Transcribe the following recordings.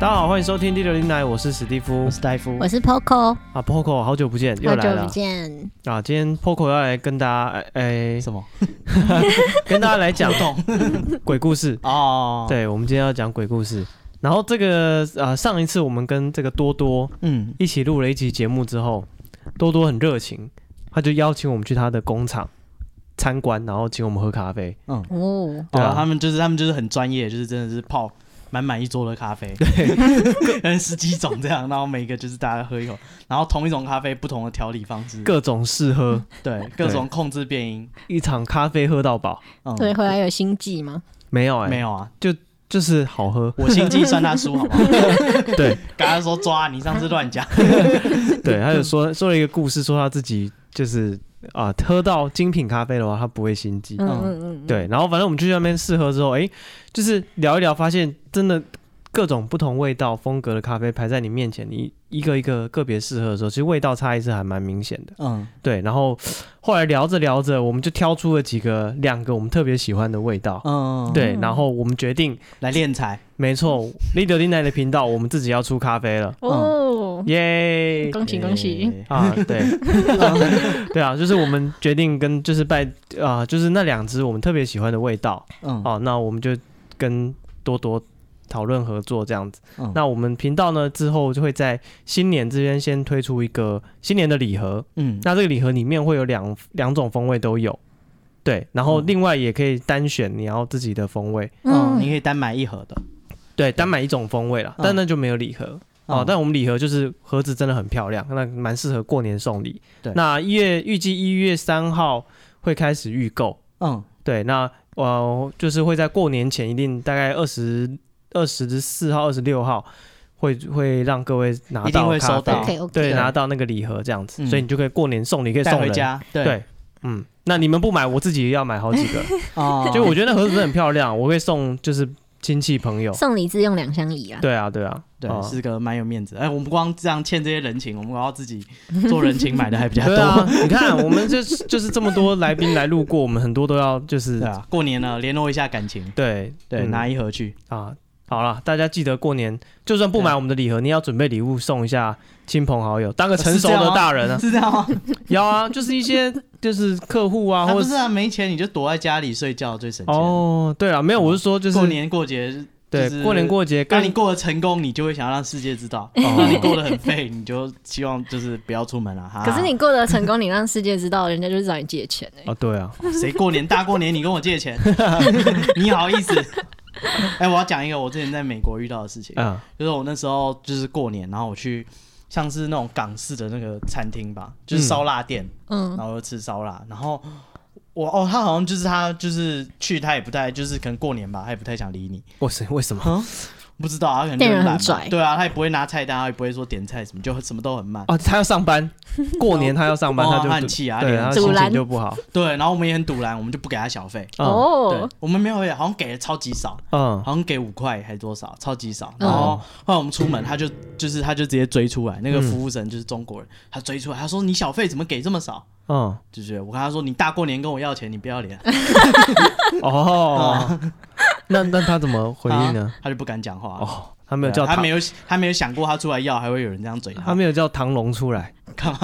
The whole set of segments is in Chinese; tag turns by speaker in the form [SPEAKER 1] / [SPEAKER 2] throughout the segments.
[SPEAKER 1] 大家好，欢迎收听第六零来，我是史蒂夫
[SPEAKER 2] 我是戴夫
[SPEAKER 3] 我，是 Poco，
[SPEAKER 1] 啊，Poco，好久不见，又
[SPEAKER 3] 好
[SPEAKER 1] 来
[SPEAKER 3] 久
[SPEAKER 1] 了
[SPEAKER 3] 不见，
[SPEAKER 1] 啊！今天 Poco 要来跟大家，哎、哎
[SPEAKER 2] 什么？
[SPEAKER 1] 跟大家来 讲
[SPEAKER 2] 懂
[SPEAKER 1] 鬼故事。
[SPEAKER 2] 哦，，
[SPEAKER 1] 对，我们今天要讲鬼故事。然后这个呃，上一次我们跟这个多多
[SPEAKER 2] 嗯，
[SPEAKER 1] 一起录了一集节目之后，多多很热情，他就邀请我们去他的工厂参观，然后请我们喝咖啡。
[SPEAKER 3] 哦，
[SPEAKER 1] 对
[SPEAKER 2] 对
[SPEAKER 1] 啊
[SPEAKER 2] 啊，他们就是他们就是很专业，就是真的是泡满满一桌的 咖啡，对，十几种这样，然后每个就是大家喝一口，然后同一种咖啡不同的调理方式，
[SPEAKER 1] 各种试 喝，
[SPEAKER 2] 对各种控制变音，
[SPEAKER 1] 一场咖啡喝到饱，
[SPEAKER 2] 嗯，
[SPEAKER 3] 对，，回来有心计吗？
[SPEAKER 1] 没有哎、
[SPEAKER 2] 没有啊，。
[SPEAKER 1] 就是好喝
[SPEAKER 2] 我心机算他输好不好？
[SPEAKER 1] 对
[SPEAKER 2] 跟他说抓你上次乱 讲，
[SPEAKER 1] 对，他有说说了一个故事，说他自己就是啊、喝到精品咖啡的话，他不会心悸。
[SPEAKER 3] 嗯嗯嗯，
[SPEAKER 1] 对，然后反正我们去那边试喝之后，哎、就是聊一聊，发现真的各种不同味道、风格的咖啡排在你面前，你一个一个个别试喝的时候，其实味道差异是还蛮明显的。
[SPEAKER 2] 嗯，
[SPEAKER 1] 对，然后后来聊着聊着，我们就挑出了几个两个我们特别喜欢的味道。
[SPEAKER 2] 嗯，
[SPEAKER 1] 对，
[SPEAKER 3] 嗯
[SPEAKER 1] 然后我们决定，
[SPEAKER 2] 来练财，
[SPEAKER 1] 没错，Leader l i n a 的频道我们自己要出咖啡了，
[SPEAKER 3] 哦，
[SPEAKER 1] 耶、
[SPEAKER 3] 恭喜恭喜，
[SPEAKER 2] 耶
[SPEAKER 1] 啊， 对，对啊，就是我们决定跟就是拜啊、就是那两只我们特别喜欢的味道
[SPEAKER 2] 嗯，
[SPEAKER 1] 哦、那我们就跟多多讨论合作这样子。
[SPEAKER 2] 嗯
[SPEAKER 1] 那我们频道呢之后就会在新年这边先推出一个新年的礼盒，
[SPEAKER 2] 嗯，
[SPEAKER 1] 那这个礼盒里面会有两两种风味都有，对，然后
[SPEAKER 2] 嗯
[SPEAKER 1] 另外也可以单选你要自己的风味，
[SPEAKER 2] 嗯，你可以单买一盒的，
[SPEAKER 1] 对，单买一种风味啦，
[SPEAKER 2] 嗯
[SPEAKER 1] 但那就没有礼盒。哦，但我们礼盒就是盒子真的很漂亮，那蛮适合过年送礼。
[SPEAKER 2] 对
[SPEAKER 1] 那一月预计一月三号会开始预购。
[SPEAKER 2] 嗯
[SPEAKER 1] 对，那呃就是会在过年前一定大概二十二十四号、二十六号会会让各位拿到
[SPEAKER 2] 一定会
[SPEAKER 1] 咖
[SPEAKER 2] 收
[SPEAKER 1] 啡
[SPEAKER 2] 到
[SPEAKER 3] OK OK，
[SPEAKER 1] 对，
[SPEAKER 2] 对
[SPEAKER 1] 拿到那个礼盒这样子，
[SPEAKER 2] 嗯
[SPEAKER 1] 所以你就可以过年送礼，可以
[SPEAKER 2] 带
[SPEAKER 1] 送
[SPEAKER 2] 回
[SPEAKER 1] 人。
[SPEAKER 2] 家，对
[SPEAKER 1] 对，嗯，那你们不买，我自己也要买好几 个。
[SPEAKER 2] 哦，
[SPEAKER 1] 就我觉得那盒子真的很漂亮，我会送就是亲戚朋友。
[SPEAKER 3] 送礼自用两相宜啊，
[SPEAKER 1] 对啊，对啊，
[SPEAKER 2] 对，
[SPEAKER 1] 哦
[SPEAKER 2] 是个蛮有面子。哎，我们光这样欠这些人情，我们光要自己做人情买的还比较
[SPEAKER 1] 对
[SPEAKER 2] 多。
[SPEAKER 1] 啊，你看，我们就是就是这么多来宾来路过，我们很多都要就是
[SPEAKER 2] 对啊，过年了联络一下感情，
[SPEAKER 1] 对
[SPEAKER 2] 对，
[SPEAKER 1] 嗯
[SPEAKER 2] 拿一盒去。
[SPEAKER 1] 啊。好了，大家记得过年，就算不买
[SPEAKER 2] 对啊
[SPEAKER 1] 我们的礼盒，你也要准备礼物送一下亲朋好友，当个成熟
[SPEAKER 2] 哦是这
[SPEAKER 1] 的
[SPEAKER 2] 样吗
[SPEAKER 1] 大人 啊。
[SPEAKER 2] 是这样吗？
[SPEAKER 1] 要啊，就是一些就是客户啊，
[SPEAKER 2] 啊，
[SPEAKER 1] 或
[SPEAKER 2] 不
[SPEAKER 1] 者
[SPEAKER 2] 是啊，没钱你就躲在家里睡觉最省钱。
[SPEAKER 1] 哦，对了，没有，我是说就是
[SPEAKER 2] 过年过节，
[SPEAKER 1] 对
[SPEAKER 2] 就是
[SPEAKER 1] 过年过节
[SPEAKER 2] 那
[SPEAKER 1] 跟
[SPEAKER 2] 你过得成功，你就会想要让世界知道；
[SPEAKER 1] 哦
[SPEAKER 2] 那你过得很废，你就希望就是不要出门了。哈
[SPEAKER 3] 可是你过得成功，你让世界知道，人家就是找你借钱哎，
[SPEAKER 1] 哦对 啊，
[SPEAKER 2] 谁过年大过年你跟我 借钱， 你好意思？哎，我要讲一个我之前在美国遇到的事情。
[SPEAKER 1] 嗯
[SPEAKER 2] 就是我那时候就是过年，然后我去像是那种港式的那个餐厅吧，就是
[SPEAKER 1] 嗯
[SPEAKER 2] 烧腊店，
[SPEAKER 3] 嗯
[SPEAKER 2] 然后就吃烧腊，然后我哦，他好像就是他就是去他也不太就是可能过年吧，他也不太想理你，
[SPEAKER 1] 为什为什么
[SPEAKER 2] 不知道啊，他可能就
[SPEAKER 3] 店员
[SPEAKER 2] 懒
[SPEAKER 3] 很
[SPEAKER 2] 吧
[SPEAKER 3] 拽
[SPEAKER 2] 对啊，他也不会拿菜单，他也不会说点菜什么，就什么都很慢。
[SPEAKER 1] 哦，他要上班，过年他要上班，
[SPEAKER 2] 哦
[SPEAKER 1] 他就
[SPEAKER 2] 他很气啊
[SPEAKER 1] 对，
[SPEAKER 2] 脸
[SPEAKER 1] 他
[SPEAKER 2] 很
[SPEAKER 1] 心
[SPEAKER 3] 堵
[SPEAKER 1] 情
[SPEAKER 3] 拦
[SPEAKER 1] 就不好。
[SPEAKER 2] 对，然后我们也很堵然，我们就不给他小费。
[SPEAKER 1] 嗯
[SPEAKER 2] 对
[SPEAKER 3] 哦，，
[SPEAKER 2] 我们没有，好像给了超级少，
[SPEAKER 1] 嗯，
[SPEAKER 2] 好像给五块还多少，超级少。
[SPEAKER 3] 嗯
[SPEAKER 2] 然后后来我们出门，他就就是他就直接追出来，那个
[SPEAKER 1] 嗯
[SPEAKER 2] 服务生就是中国人，他追出来，他说你小费怎么给这么少？
[SPEAKER 1] 嗯，
[SPEAKER 2] 就是我跟他说你大过年跟我要钱，你不要脸，
[SPEAKER 1] 哦，那那他怎么回应 呢？
[SPEAKER 2] 他就不敢讲话。
[SPEAKER 1] 哦，他没
[SPEAKER 2] 对
[SPEAKER 1] 有
[SPEAKER 2] 啊
[SPEAKER 1] 叫
[SPEAKER 2] 他
[SPEAKER 1] 唐
[SPEAKER 2] 没，有他没有想过他出来要还会有人这样嘴
[SPEAKER 1] 他
[SPEAKER 2] 他，
[SPEAKER 1] 没有叫唐龙出来，
[SPEAKER 2] 干嘛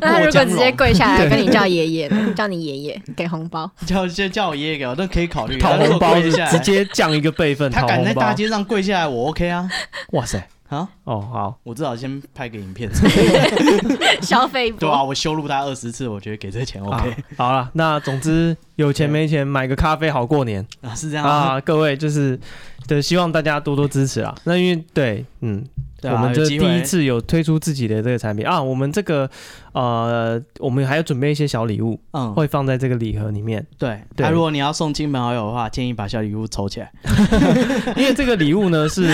[SPEAKER 3] 那他如
[SPEAKER 2] 过
[SPEAKER 3] 果
[SPEAKER 2] 江龙
[SPEAKER 3] 直接跪下来跟你叫爷爷 呢，叫你爷爷给红包，
[SPEAKER 2] 叫就叫我爷爷给我，那可以考虑。
[SPEAKER 1] 讨
[SPEAKER 2] 他如
[SPEAKER 1] 红
[SPEAKER 2] 果
[SPEAKER 1] 包
[SPEAKER 2] 跪
[SPEAKER 1] 是
[SPEAKER 2] 下来
[SPEAKER 1] 直接降一个辈分，
[SPEAKER 2] 他
[SPEAKER 1] 讨
[SPEAKER 2] 敢在
[SPEAKER 1] 红
[SPEAKER 2] 大
[SPEAKER 1] 包，
[SPEAKER 2] 街上跪下来，我 OK 啊
[SPEAKER 1] 哇塞，
[SPEAKER 2] 啊！
[SPEAKER 1] 哦好，
[SPEAKER 2] 我至少先拍个 影片，
[SPEAKER 3] 消费一
[SPEAKER 2] 对啊，
[SPEAKER 3] 波，
[SPEAKER 2] 我羞辱他二十次，我觉得给这钱 OK
[SPEAKER 1] 啊好了，那总之有钱没钱买个咖啡好过年
[SPEAKER 2] 啊，是这样啊，
[SPEAKER 1] 啊，各位就是对，希望大家多多支持啊。那因为对，嗯，
[SPEAKER 2] 对
[SPEAKER 1] 我
[SPEAKER 2] 啊，
[SPEAKER 1] 们
[SPEAKER 2] 有
[SPEAKER 1] 这
[SPEAKER 2] 机
[SPEAKER 1] 第
[SPEAKER 2] 会
[SPEAKER 1] 一次有推出自己的这个产品啊，我们这个呃，我们还要准备一些小礼物，
[SPEAKER 2] 嗯，
[SPEAKER 1] 会放在这个礼盒里面。
[SPEAKER 2] 对，
[SPEAKER 1] 对
[SPEAKER 2] 那、如果你要送亲朋好友的话，建议把小礼物抽起来。
[SPEAKER 1] 因为这个礼物呢 是，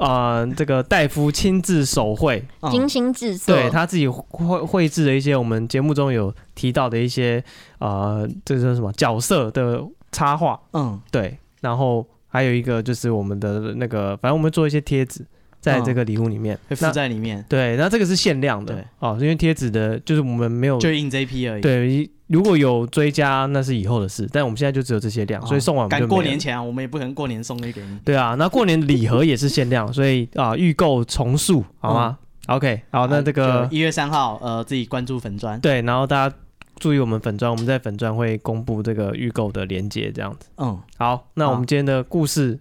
[SPEAKER 1] 呃，这个戴夫亲自手绘，
[SPEAKER 2] 嗯
[SPEAKER 3] 精心制作，
[SPEAKER 1] 对他自己绘绘制的一些我们节目中有提到的一些呃，这是什么角色的插画，
[SPEAKER 2] 嗯，
[SPEAKER 1] 对，然后还有一个就是我们的那个，反正我们做一些贴纸，在这个礼物里面。
[SPEAKER 2] 会附
[SPEAKER 1] 那
[SPEAKER 2] 嗯在里面，
[SPEAKER 1] 对，那这个是限量的
[SPEAKER 2] 对
[SPEAKER 1] 哦，因为贴纸的，就是我们没有
[SPEAKER 2] 就印这一批而已。，
[SPEAKER 1] 对，如果有追加那是以后的事，但我们现在就只有这些量，所以送完我们就没
[SPEAKER 2] 嗯赶过
[SPEAKER 1] 了
[SPEAKER 2] 年前啊，我们也不可能过年送那给你。
[SPEAKER 1] 对啊，那过年礼盒也是限量，所以啊，预购重塑好吗、o k 嗯好，那这个
[SPEAKER 2] 嗯一月三号，呃，自己关注粉砖。
[SPEAKER 1] 对，然后大家注意我们粉砖，我们在粉砖会公布这个预购的链接，这样子。
[SPEAKER 2] 嗯，
[SPEAKER 1] 好，那我
[SPEAKER 2] 好
[SPEAKER 1] 们今天的故事，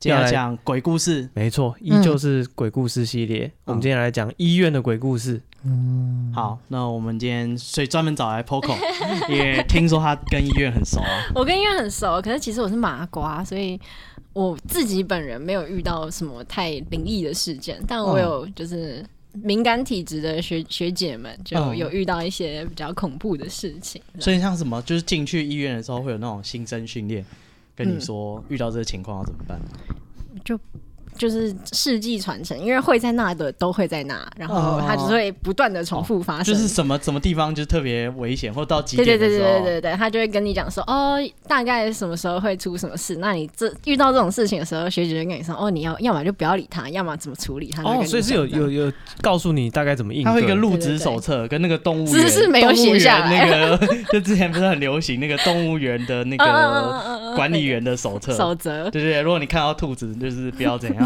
[SPEAKER 2] 接下
[SPEAKER 1] 要
[SPEAKER 2] 来
[SPEAKER 1] 来
[SPEAKER 2] 讲鬼故事，
[SPEAKER 1] 没错，依旧是鬼故事系列。我们今天来讲医院的鬼故事，
[SPEAKER 2] 好，那我们今天所以专门找 来 Poco，因为听说他跟医院很熟啊。
[SPEAKER 3] 我跟音乐很熟，可是其实我是麻瓜，所以我自己本人没有遇到什么太灵异的事件，但我
[SPEAKER 2] 嗯
[SPEAKER 3] 有就是敏感体质的学学姐们就
[SPEAKER 2] 嗯
[SPEAKER 3] 有遇到一些比较恐怖的事情。
[SPEAKER 2] 所以像什么，就是进去医院的时候会有那种新生训练，跟你说遇到这个情况要怎么办。
[SPEAKER 3] 嗯就是世纪传承，因为会在那的都会在那，然后它只会不断的重复发生。
[SPEAKER 2] 就是什么什么地方就是特别危险，或到极
[SPEAKER 3] 对
[SPEAKER 2] 点
[SPEAKER 3] 对
[SPEAKER 2] 的
[SPEAKER 3] 啊对对
[SPEAKER 2] 时
[SPEAKER 3] 对
[SPEAKER 2] 候，
[SPEAKER 3] 对对，他就会跟你讲说，哦，大概什么时候会出什么事？那你这遇到这种事情的时候，学姐就会跟你说，哦，你要要么就不要理他，要么怎么处理他。
[SPEAKER 1] 哦，所以是有有有告诉你大概怎么应
[SPEAKER 2] 它会有一个
[SPEAKER 1] 对。
[SPEAKER 2] 入职手册跟那个动物
[SPEAKER 3] 只
[SPEAKER 2] 园，
[SPEAKER 3] 是没有写下来
[SPEAKER 2] 动物园那个 就之前不是很流行那个动物园 的那
[SPEAKER 3] 嗯
[SPEAKER 2] 个
[SPEAKER 3] 个
[SPEAKER 2] 管理员的手册，
[SPEAKER 3] 守则。
[SPEAKER 2] 对对，对如果你看到兔子，就是不要怎 样，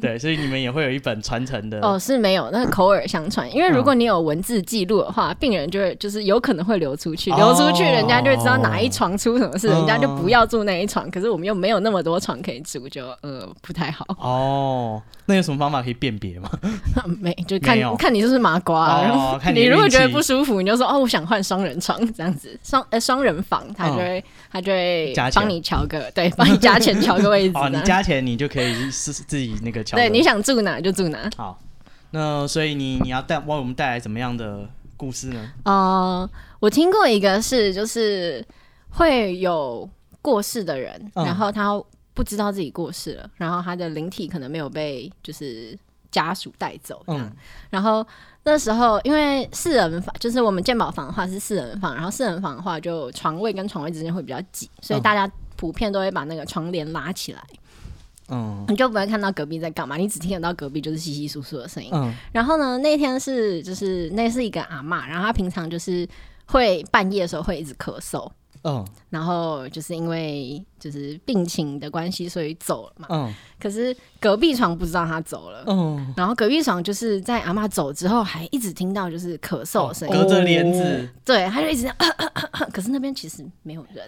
[SPEAKER 2] 对，所以你们也会有一本传承的。
[SPEAKER 3] 哦，是没有，那口耳相传，因为如果你有文字记录的话，病人就会就是有可能会流出去，
[SPEAKER 2] 哦
[SPEAKER 3] 流出去人家就会知道哪一床出什么事，
[SPEAKER 2] 嗯
[SPEAKER 3] 人家就不要住那一床。可是我们又没有那么多床可以住，就呃不太好。
[SPEAKER 2] 哦，那有什么方法可以辨别吗？
[SPEAKER 3] 没，就
[SPEAKER 2] 没
[SPEAKER 3] 看
[SPEAKER 2] 有
[SPEAKER 3] 看你是不是麻瓜、
[SPEAKER 2] 哦
[SPEAKER 3] 然后
[SPEAKER 2] 看你
[SPEAKER 3] 你
[SPEAKER 2] 的
[SPEAKER 3] 如果
[SPEAKER 2] 运
[SPEAKER 3] 觉得
[SPEAKER 2] 气
[SPEAKER 3] 不舒服，你就说哦，我想换双人床这样子，双呃双人房，他就会、他就会
[SPEAKER 2] 加钱
[SPEAKER 3] 帮你调个，对，帮你加钱调个位置这
[SPEAKER 2] 哦，
[SPEAKER 3] 样。
[SPEAKER 2] 你加钱你就可以是自己那个敲的。
[SPEAKER 3] 对，你想住哪就住哪。
[SPEAKER 2] 好，那所以你你要带为我们带来怎么样的故事呢？
[SPEAKER 3] 呃，我听过一个是就是会有过世的人，
[SPEAKER 2] 嗯
[SPEAKER 3] 然后他不知道自己过世了，然后他的灵体可能没有被就是家属带走这样，
[SPEAKER 2] 嗯
[SPEAKER 3] 然后那时候因为四人房，就是我们健保房的话是四人房，然后四人房的话就床位跟床位之间会比较挤，所以
[SPEAKER 2] 嗯
[SPEAKER 3] 大家普遍都会把那个床帘拉起来，
[SPEAKER 2] 嗯
[SPEAKER 3] 你就不会看到隔壁在干嘛，你只听得到隔壁就是稀稀疏疏的声音。
[SPEAKER 2] 嗯
[SPEAKER 3] 然后呢，那天是就是那是一个阿嬷，然后她平常就是会半夜的时候会一直咳嗽，
[SPEAKER 2] 嗯
[SPEAKER 3] 然后就是因为就是病情的关系，所以走了嘛。
[SPEAKER 2] 嗯
[SPEAKER 3] 可是隔壁床不知道她走了。
[SPEAKER 2] 嗯，
[SPEAKER 3] 然后隔壁床就是在阿嬷走之后，还一直听到就是咳嗽的声音，
[SPEAKER 2] 哦隔着帘子。
[SPEAKER 3] 对，她就一直这样咳 咳咳咳可是那边其实没有人，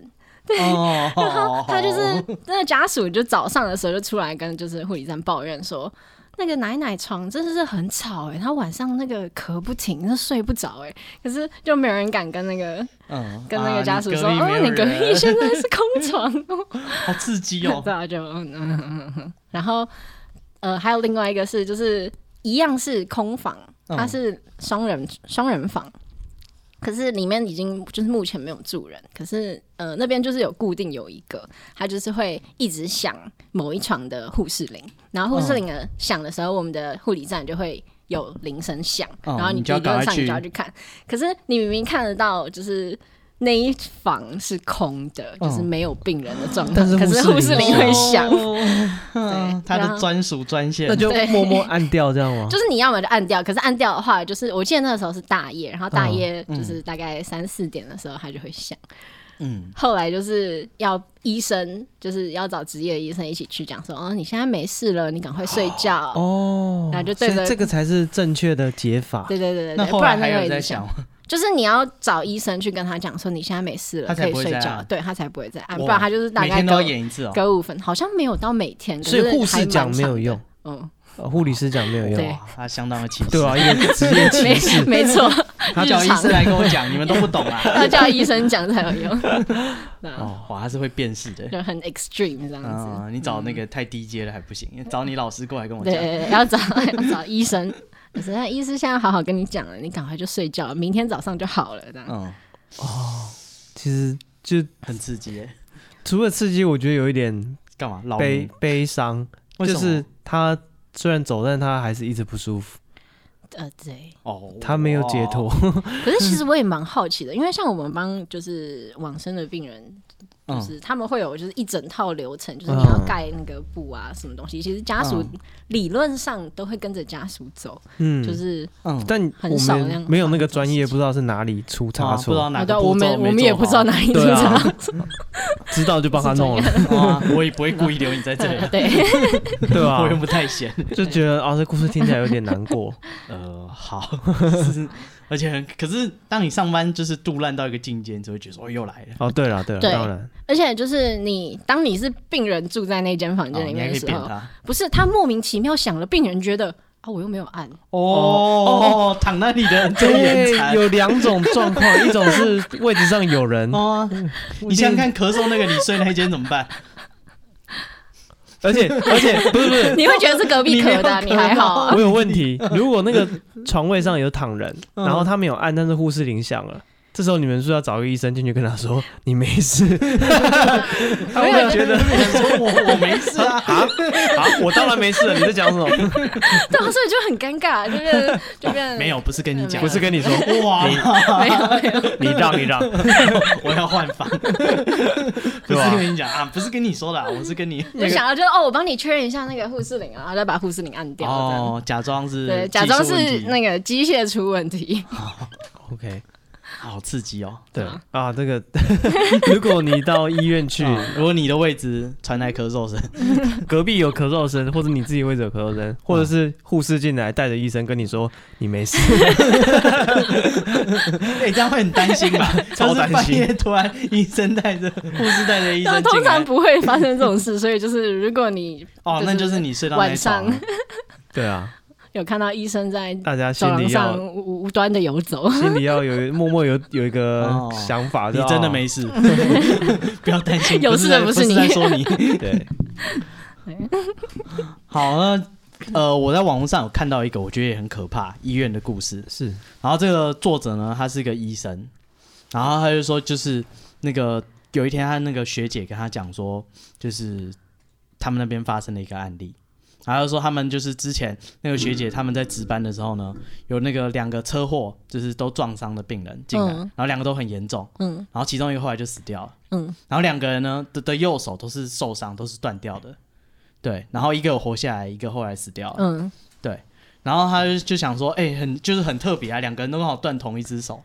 [SPEAKER 2] 哦，
[SPEAKER 3] 然后他就是那个家属就早上的时候就出来跟就是护理站抱怨说，那个奶奶床真的是很吵哎、欸，他晚上那个咳不停，他睡不着哎、欸，可是就没有人敢跟那个
[SPEAKER 2] 嗯
[SPEAKER 3] 跟那个家属说，
[SPEAKER 2] 啊
[SPEAKER 3] 哦，你隔壁
[SPEAKER 2] 是
[SPEAKER 3] 现在是空床哦，
[SPEAKER 2] 好刺激
[SPEAKER 3] 对
[SPEAKER 2] 哦，
[SPEAKER 3] 啊，就嗯嗯嗯嗯，然后呃还有另外一个是就是一样是空房，
[SPEAKER 2] 嗯
[SPEAKER 3] 它是双人双人房。可是里面已经就是目前没有住人，可是呃那边就是有固定有一个，他就是会一直响某一床的护士铃，然后护士铃的响的时候，我们的护理站就会有铃声响，
[SPEAKER 2] 哦
[SPEAKER 3] 然后你
[SPEAKER 2] 你就要
[SPEAKER 3] 理论
[SPEAKER 2] 赶快
[SPEAKER 3] 上
[SPEAKER 2] 去
[SPEAKER 3] 你就要去看，可是你明明看得到就是。那一房是空的，
[SPEAKER 2] 嗯
[SPEAKER 3] 就是没有病人的状态，
[SPEAKER 1] 但是
[SPEAKER 3] 可是
[SPEAKER 1] 护
[SPEAKER 3] 护
[SPEAKER 1] 士
[SPEAKER 3] 士
[SPEAKER 1] 铃
[SPEAKER 3] 铃 会
[SPEAKER 2] 哦
[SPEAKER 3] 响，
[SPEAKER 2] 嗯，他的专属专线
[SPEAKER 1] 那就
[SPEAKER 3] 对
[SPEAKER 1] 默默按掉这样吗？
[SPEAKER 3] 就是你要么就按掉，可是按掉的话，就是我记得那个时候是大夜，然后大夜就是大概三四点的时候它就会响。
[SPEAKER 2] 嗯
[SPEAKER 3] 后来就是要医生，就是要找职业的医生一起去讲说，哦，你现在没事了，你赶快睡觉。
[SPEAKER 1] 哦，
[SPEAKER 3] 然后就对着
[SPEAKER 1] 所以这个才是正确的解法。
[SPEAKER 3] 对对对对
[SPEAKER 2] 那
[SPEAKER 3] 对，不
[SPEAKER 2] 后
[SPEAKER 3] 然
[SPEAKER 2] 来
[SPEAKER 3] 那
[SPEAKER 2] 还
[SPEAKER 3] 个
[SPEAKER 2] 有
[SPEAKER 3] 影
[SPEAKER 2] 在
[SPEAKER 3] 响
[SPEAKER 2] 想，
[SPEAKER 3] 就是你要找医生去跟他讲说你现在没事了，
[SPEAKER 2] 他
[SPEAKER 3] 可
[SPEAKER 2] 才
[SPEAKER 3] 以
[SPEAKER 2] 不会
[SPEAKER 3] 睡
[SPEAKER 2] 再
[SPEAKER 3] 觉，
[SPEAKER 2] 按
[SPEAKER 3] 对他才不会再按，
[SPEAKER 2] 哇
[SPEAKER 3] 不然他就是大
[SPEAKER 2] 每
[SPEAKER 3] 概
[SPEAKER 2] 天都要
[SPEAKER 3] 隔
[SPEAKER 2] 演一次哦，
[SPEAKER 3] 隔五分，好像没有到每天，可
[SPEAKER 1] 所以
[SPEAKER 3] 是
[SPEAKER 1] 护
[SPEAKER 3] 还
[SPEAKER 1] 士
[SPEAKER 3] 蛮
[SPEAKER 1] 讲没
[SPEAKER 3] 长
[SPEAKER 1] 有
[SPEAKER 3] 的，
[SPEAKER 1] 用，
[SPEAKER 3] 嗯，
[SPEAKER 1] 呃护理师讲没有用，
[SPEAKER 3] 对
[SPEAKER 2] 哇，他相当的歧视。
[SPEAKER 1] 对啊，一个职 业歧
[SPEAKER 3] 没
[SPEAKER 1] 视。
[SPEAKER 3] 没错，
[SPEAKER 2] 他叫医生来跟我讲，你们都不懂啊。
[SPEAKER 3] 要叫医生讲才有用， 对啊
[SPEAKER 2] 哦，哇，他是会辨识的。
[SPEAKER 3] 就很 extreme 这样子。
[SPEAKER 2] 嗯，你找那个太低阶的还不行，找你老师过来跟我
[SPEAKER 3] 对
[SPEAKER 2] 讲。
[SPEAKER 3] 对，对要找 要找医生。可是那医师现在好好跟你讲了，你赶快就睡觉，明天早上就好了。这样、
[SPEAKER 2] 嗯，
[SPEAKER 1] 其实就
[SPEAKER 2] 很刺激耶。
[SPEAKER 1] 除了刺激，我觉得有一点
[SPEAKER 2] 干嘛？老
[SPEAKER 1] 悲
[SPEAKER 2] 人
[SPEAKER 1] 悲伤，
[SPEAKER 2] 为
[SPEAKER 1] 就
[SPEAKER 2] 什么
[SPEAKER 1] 是他虽然走，但他还是一直不舒服，
[SPEAKER 3] 呃，对。
[SPEAKER 2] 哦，
[SPEAKER 1] 他没有解脱。
[SPEAKER 3] 可是其实我也蛮好奇的，因为像我们帮就是往生的病人
[SPEAKER 2] 嗯
[SPEAKER 3] 就是他们会有就是一整套流程，就是你要
[SPEAKER 1] 嗯
[SPEAKER 3] 盖那个布啊，什么东西。其实家属
[SPEAKER 2] 嗯
[SPEAKER 3] 理论上都会跟着家属走，
[SPEAKER 1] 嗯，
[SPEAKER 3] 就是
[SPEAKER 2] 嗯，
[SPEAKER 1] 但我
[SPEAKER 3] 很少那
[SPEAKER 1] 们
[SPEAKER 3] 样
[SPEAKER 1] 没有那个
[SPEAKER 3] 发生
[SPEAKER 1] 专
[SPEAKER 3] 的
[SPEAKER 1] 业，
[SPEAKER 3] 事
[SPEAKER 1] 不
[SPEAKER 3] 情
[SPEAKER 1] 知道是哪里出差
[SPEAKER 2] 啊不知道
[SPEAKER 1] 错，
[SPEAKER 2] 哪个
[SPEAKER 3] 对啊
[SPEAKER 2] 步
[SPEAKER 3] 我
[SPEAKER 2] 骤
[SPEAKER 3] 们我
[SPEAKER 2] 没
[SPEAKER 3] 们
[SPEAKER 2] 做
[SPEAKER 3] 也不知道哪里出
[SPEAKER 1] 对啊
[SPEAKER 3] 场，
[SPEAKER 1] 知道就帮他弄了，
[SPEAKER 2] 好啊，我也不会故意留你在这里 啊，
[SPEAKER 3] 对，
[SPEAKER 1] 对吧
[SPEAKER 2] 我又？不太闲。
[SPEAKER 1] 就觉得啊，这故事听起来有点难过，
[SPEAKER 2] 呃，好， 是而且很，可是当你上班就是杜烂到一个境界，你就会觉得说哦，又来了。
[SPEAKER 1] 哦，对了，对了，
[SPEAKER 3] 对
[SPEAKER 1] 当然，
[SPEAKER 3] 而且就是你，当你是病人住在那间房
[SPEAKER 2] 哦
[SPEAKER 3] 间里
[SPEAKER 2] 你
[SPEAKER 3] 面
[SPEAKER 2] 还可
[SPEAKER 3] 的
[SPEAKER 2] 以
[SPEAKER 3] 时
[SPEAKER 2] 扁
[SPEAKER 3] 候，
[SPEAKER 2] 他
[SPEAKER 3] 不是他莫名其妙想了，病人觉得啊，我又没有按，
[SPEAKER 2] 哦哦，躺那里的人真眼
[SPEAKER 1] 对，
[SPEAKER 2] 馋
[SPEAKER 1] 有两种状况，一种是位置上有人，
[SPEAKER 2] 哦。你想想看，咳嗽那个你睡那间怎么办？
[SPEAKER 1] 而 且而且不是不是，
[SPEAKER 3] 你会觉得是隔壁咳的啊，
[SPEAKER 2] 你哦
[SPEAKER 3] 你
[SPEAKER 2] 没有咳
[SPEAKER 3] 还好 啊
[SPEAKER 1] 我有问题，如果那个床位上有躺 人，
[SPEAKER 2] 嗯
[SPEAKER 1] 然后他没有按，但是护士铃响了。这时候你们是不是要找个医生进去跟他说你没 事
[SPEAKER 2] 他会觉得想说我我没事啊，
[SPEAKER 1] 啊？啊，我当然没事了，你在讲什么？
[SPEAKER 3] 对啊，所以就很尴尬，就变就变
[SPEAKER 2] 没有，不是跟你讲，
[SPEAKER 1] 不是跟你说，
[SPEAKER 2] 哇，
[SPEAKER 3] 没有 没有，
[SPEAKER 1] 你让你让，
[SPEAKER 2] 我要换房，不是跟你讲啊，不是跟你说的啊，我是跟你
[SPEAKER 3] 就想要就是哦，我帮你确认一下那个护士铃啊，然后再把护士铃按掉，这样
[SPEAKER 2] 哦，假装是
[SPEAKER 3] 对，假装
[SPEAKER 2] 技术问
[SPEAKER 3] 是
[SPEAKER 2] 题
[SPEAKER 3] 那个机械出问题，
[SPEAKER 1] OK，
[SPEAKER 2] 好刺激哦。
[SPEAKER 1] 对
[SPEAKER 3] 啊
[SPEAKER 1] 啊，这个如果你到医院去，
[SPEAKER 2] 啊如果你的位置传来咳嗽声，
[SPEAKER 1] 隔壁有咳嗽声，或者你自己会有咳嗽声，或者
[SPEAKER 2] 嗯
[SPEAKER 1] 是护士进来带着医生跟你说你没 事，
[SPEAKER 2] 哎，这样会很担心吧？
[SPEAKER 1] 超担心
[SPEAKER 2] 要是半夜突然医生带着护士带着医
[SPEAKER 3] 然后
[SPEAKER 2] 生
[SPEAKER 3] 通
[SPEAKER 2] 进
[SPEAKER 3] 常
[SPEAKER 2] 来，
[SPEAKER 3] 不会发生这种事，所以就是如果你
[SPEAKER 2] 哦，那就是你睡到那一床啊
[SPEAKER 3] 晚上
[SPEAKER 1] 对啊，
[SPEAKER 3] 有看到医生在
[SPEAKER 1] 大家
[SPEAKER 3] 走
[SPEAKER 1] 心
[SPEAKER 3] 廊
[SPEAKER 1] 里
[SPEAKER 3] 上
[SPEAKER 1] 要哦
[SPEAKER 3] 无无端的游走，
[SPEAKER 1] 心里要有默默有有一个
[SPEAKER 2] 哦
[SPEAKER 1] 想法，
[SPEAKER 2] 你
[SPEAKER 1] 就
[SPEAKER 2] 真的
[SPEAKER 1] 哦
[SPEAKER 2] 没 事，不要担心，
[SPEAKER 3] 有
[SPEAKER 2] 不是
[SPEAKER 3] 事的
[SPEAKER 2] 在
[SPEAKER 3] 不
[SPEAKER 2] 不
[SPEAKER 3] 是你
[SPEAKER 2] 在说你。
[SPEAKER 1] 对，
[SPEAKER 2] 好，那呃，我在网络上有看到一个，我觉得也很可怕医院的故事。
[SPEAKER 1] 是
[SPEAKER 2] 然后这个作者呢，他是一个医生，然后他就说，就是那个有一天他那个学姐跟他讲说，就是他们那边发生了一个案例，然后就说他们就是之前那个学姐他们在值班的时候呢，有那个两个车祸，就是都撞伤的病人进来，
[SPEAKER 3] 嗯
[SPEAKER 2] 然后两个都很严重，
[SPEAKER 3] 嗯
[SPEAKER 2] 然后其中一个后来就死掉了。
[SPEAKER 3] 嗯，
[SPEAKER 2] 然后两个人呢的的右手都是受伤，都是断掉的，对。然后一个有活下来，一个后来死掉了。
[SPEAKER 3] 嗯，
[SPEAKER 2] 然后他就就想说，哎、很就是很特别啊，两个人都刚好断同一只手，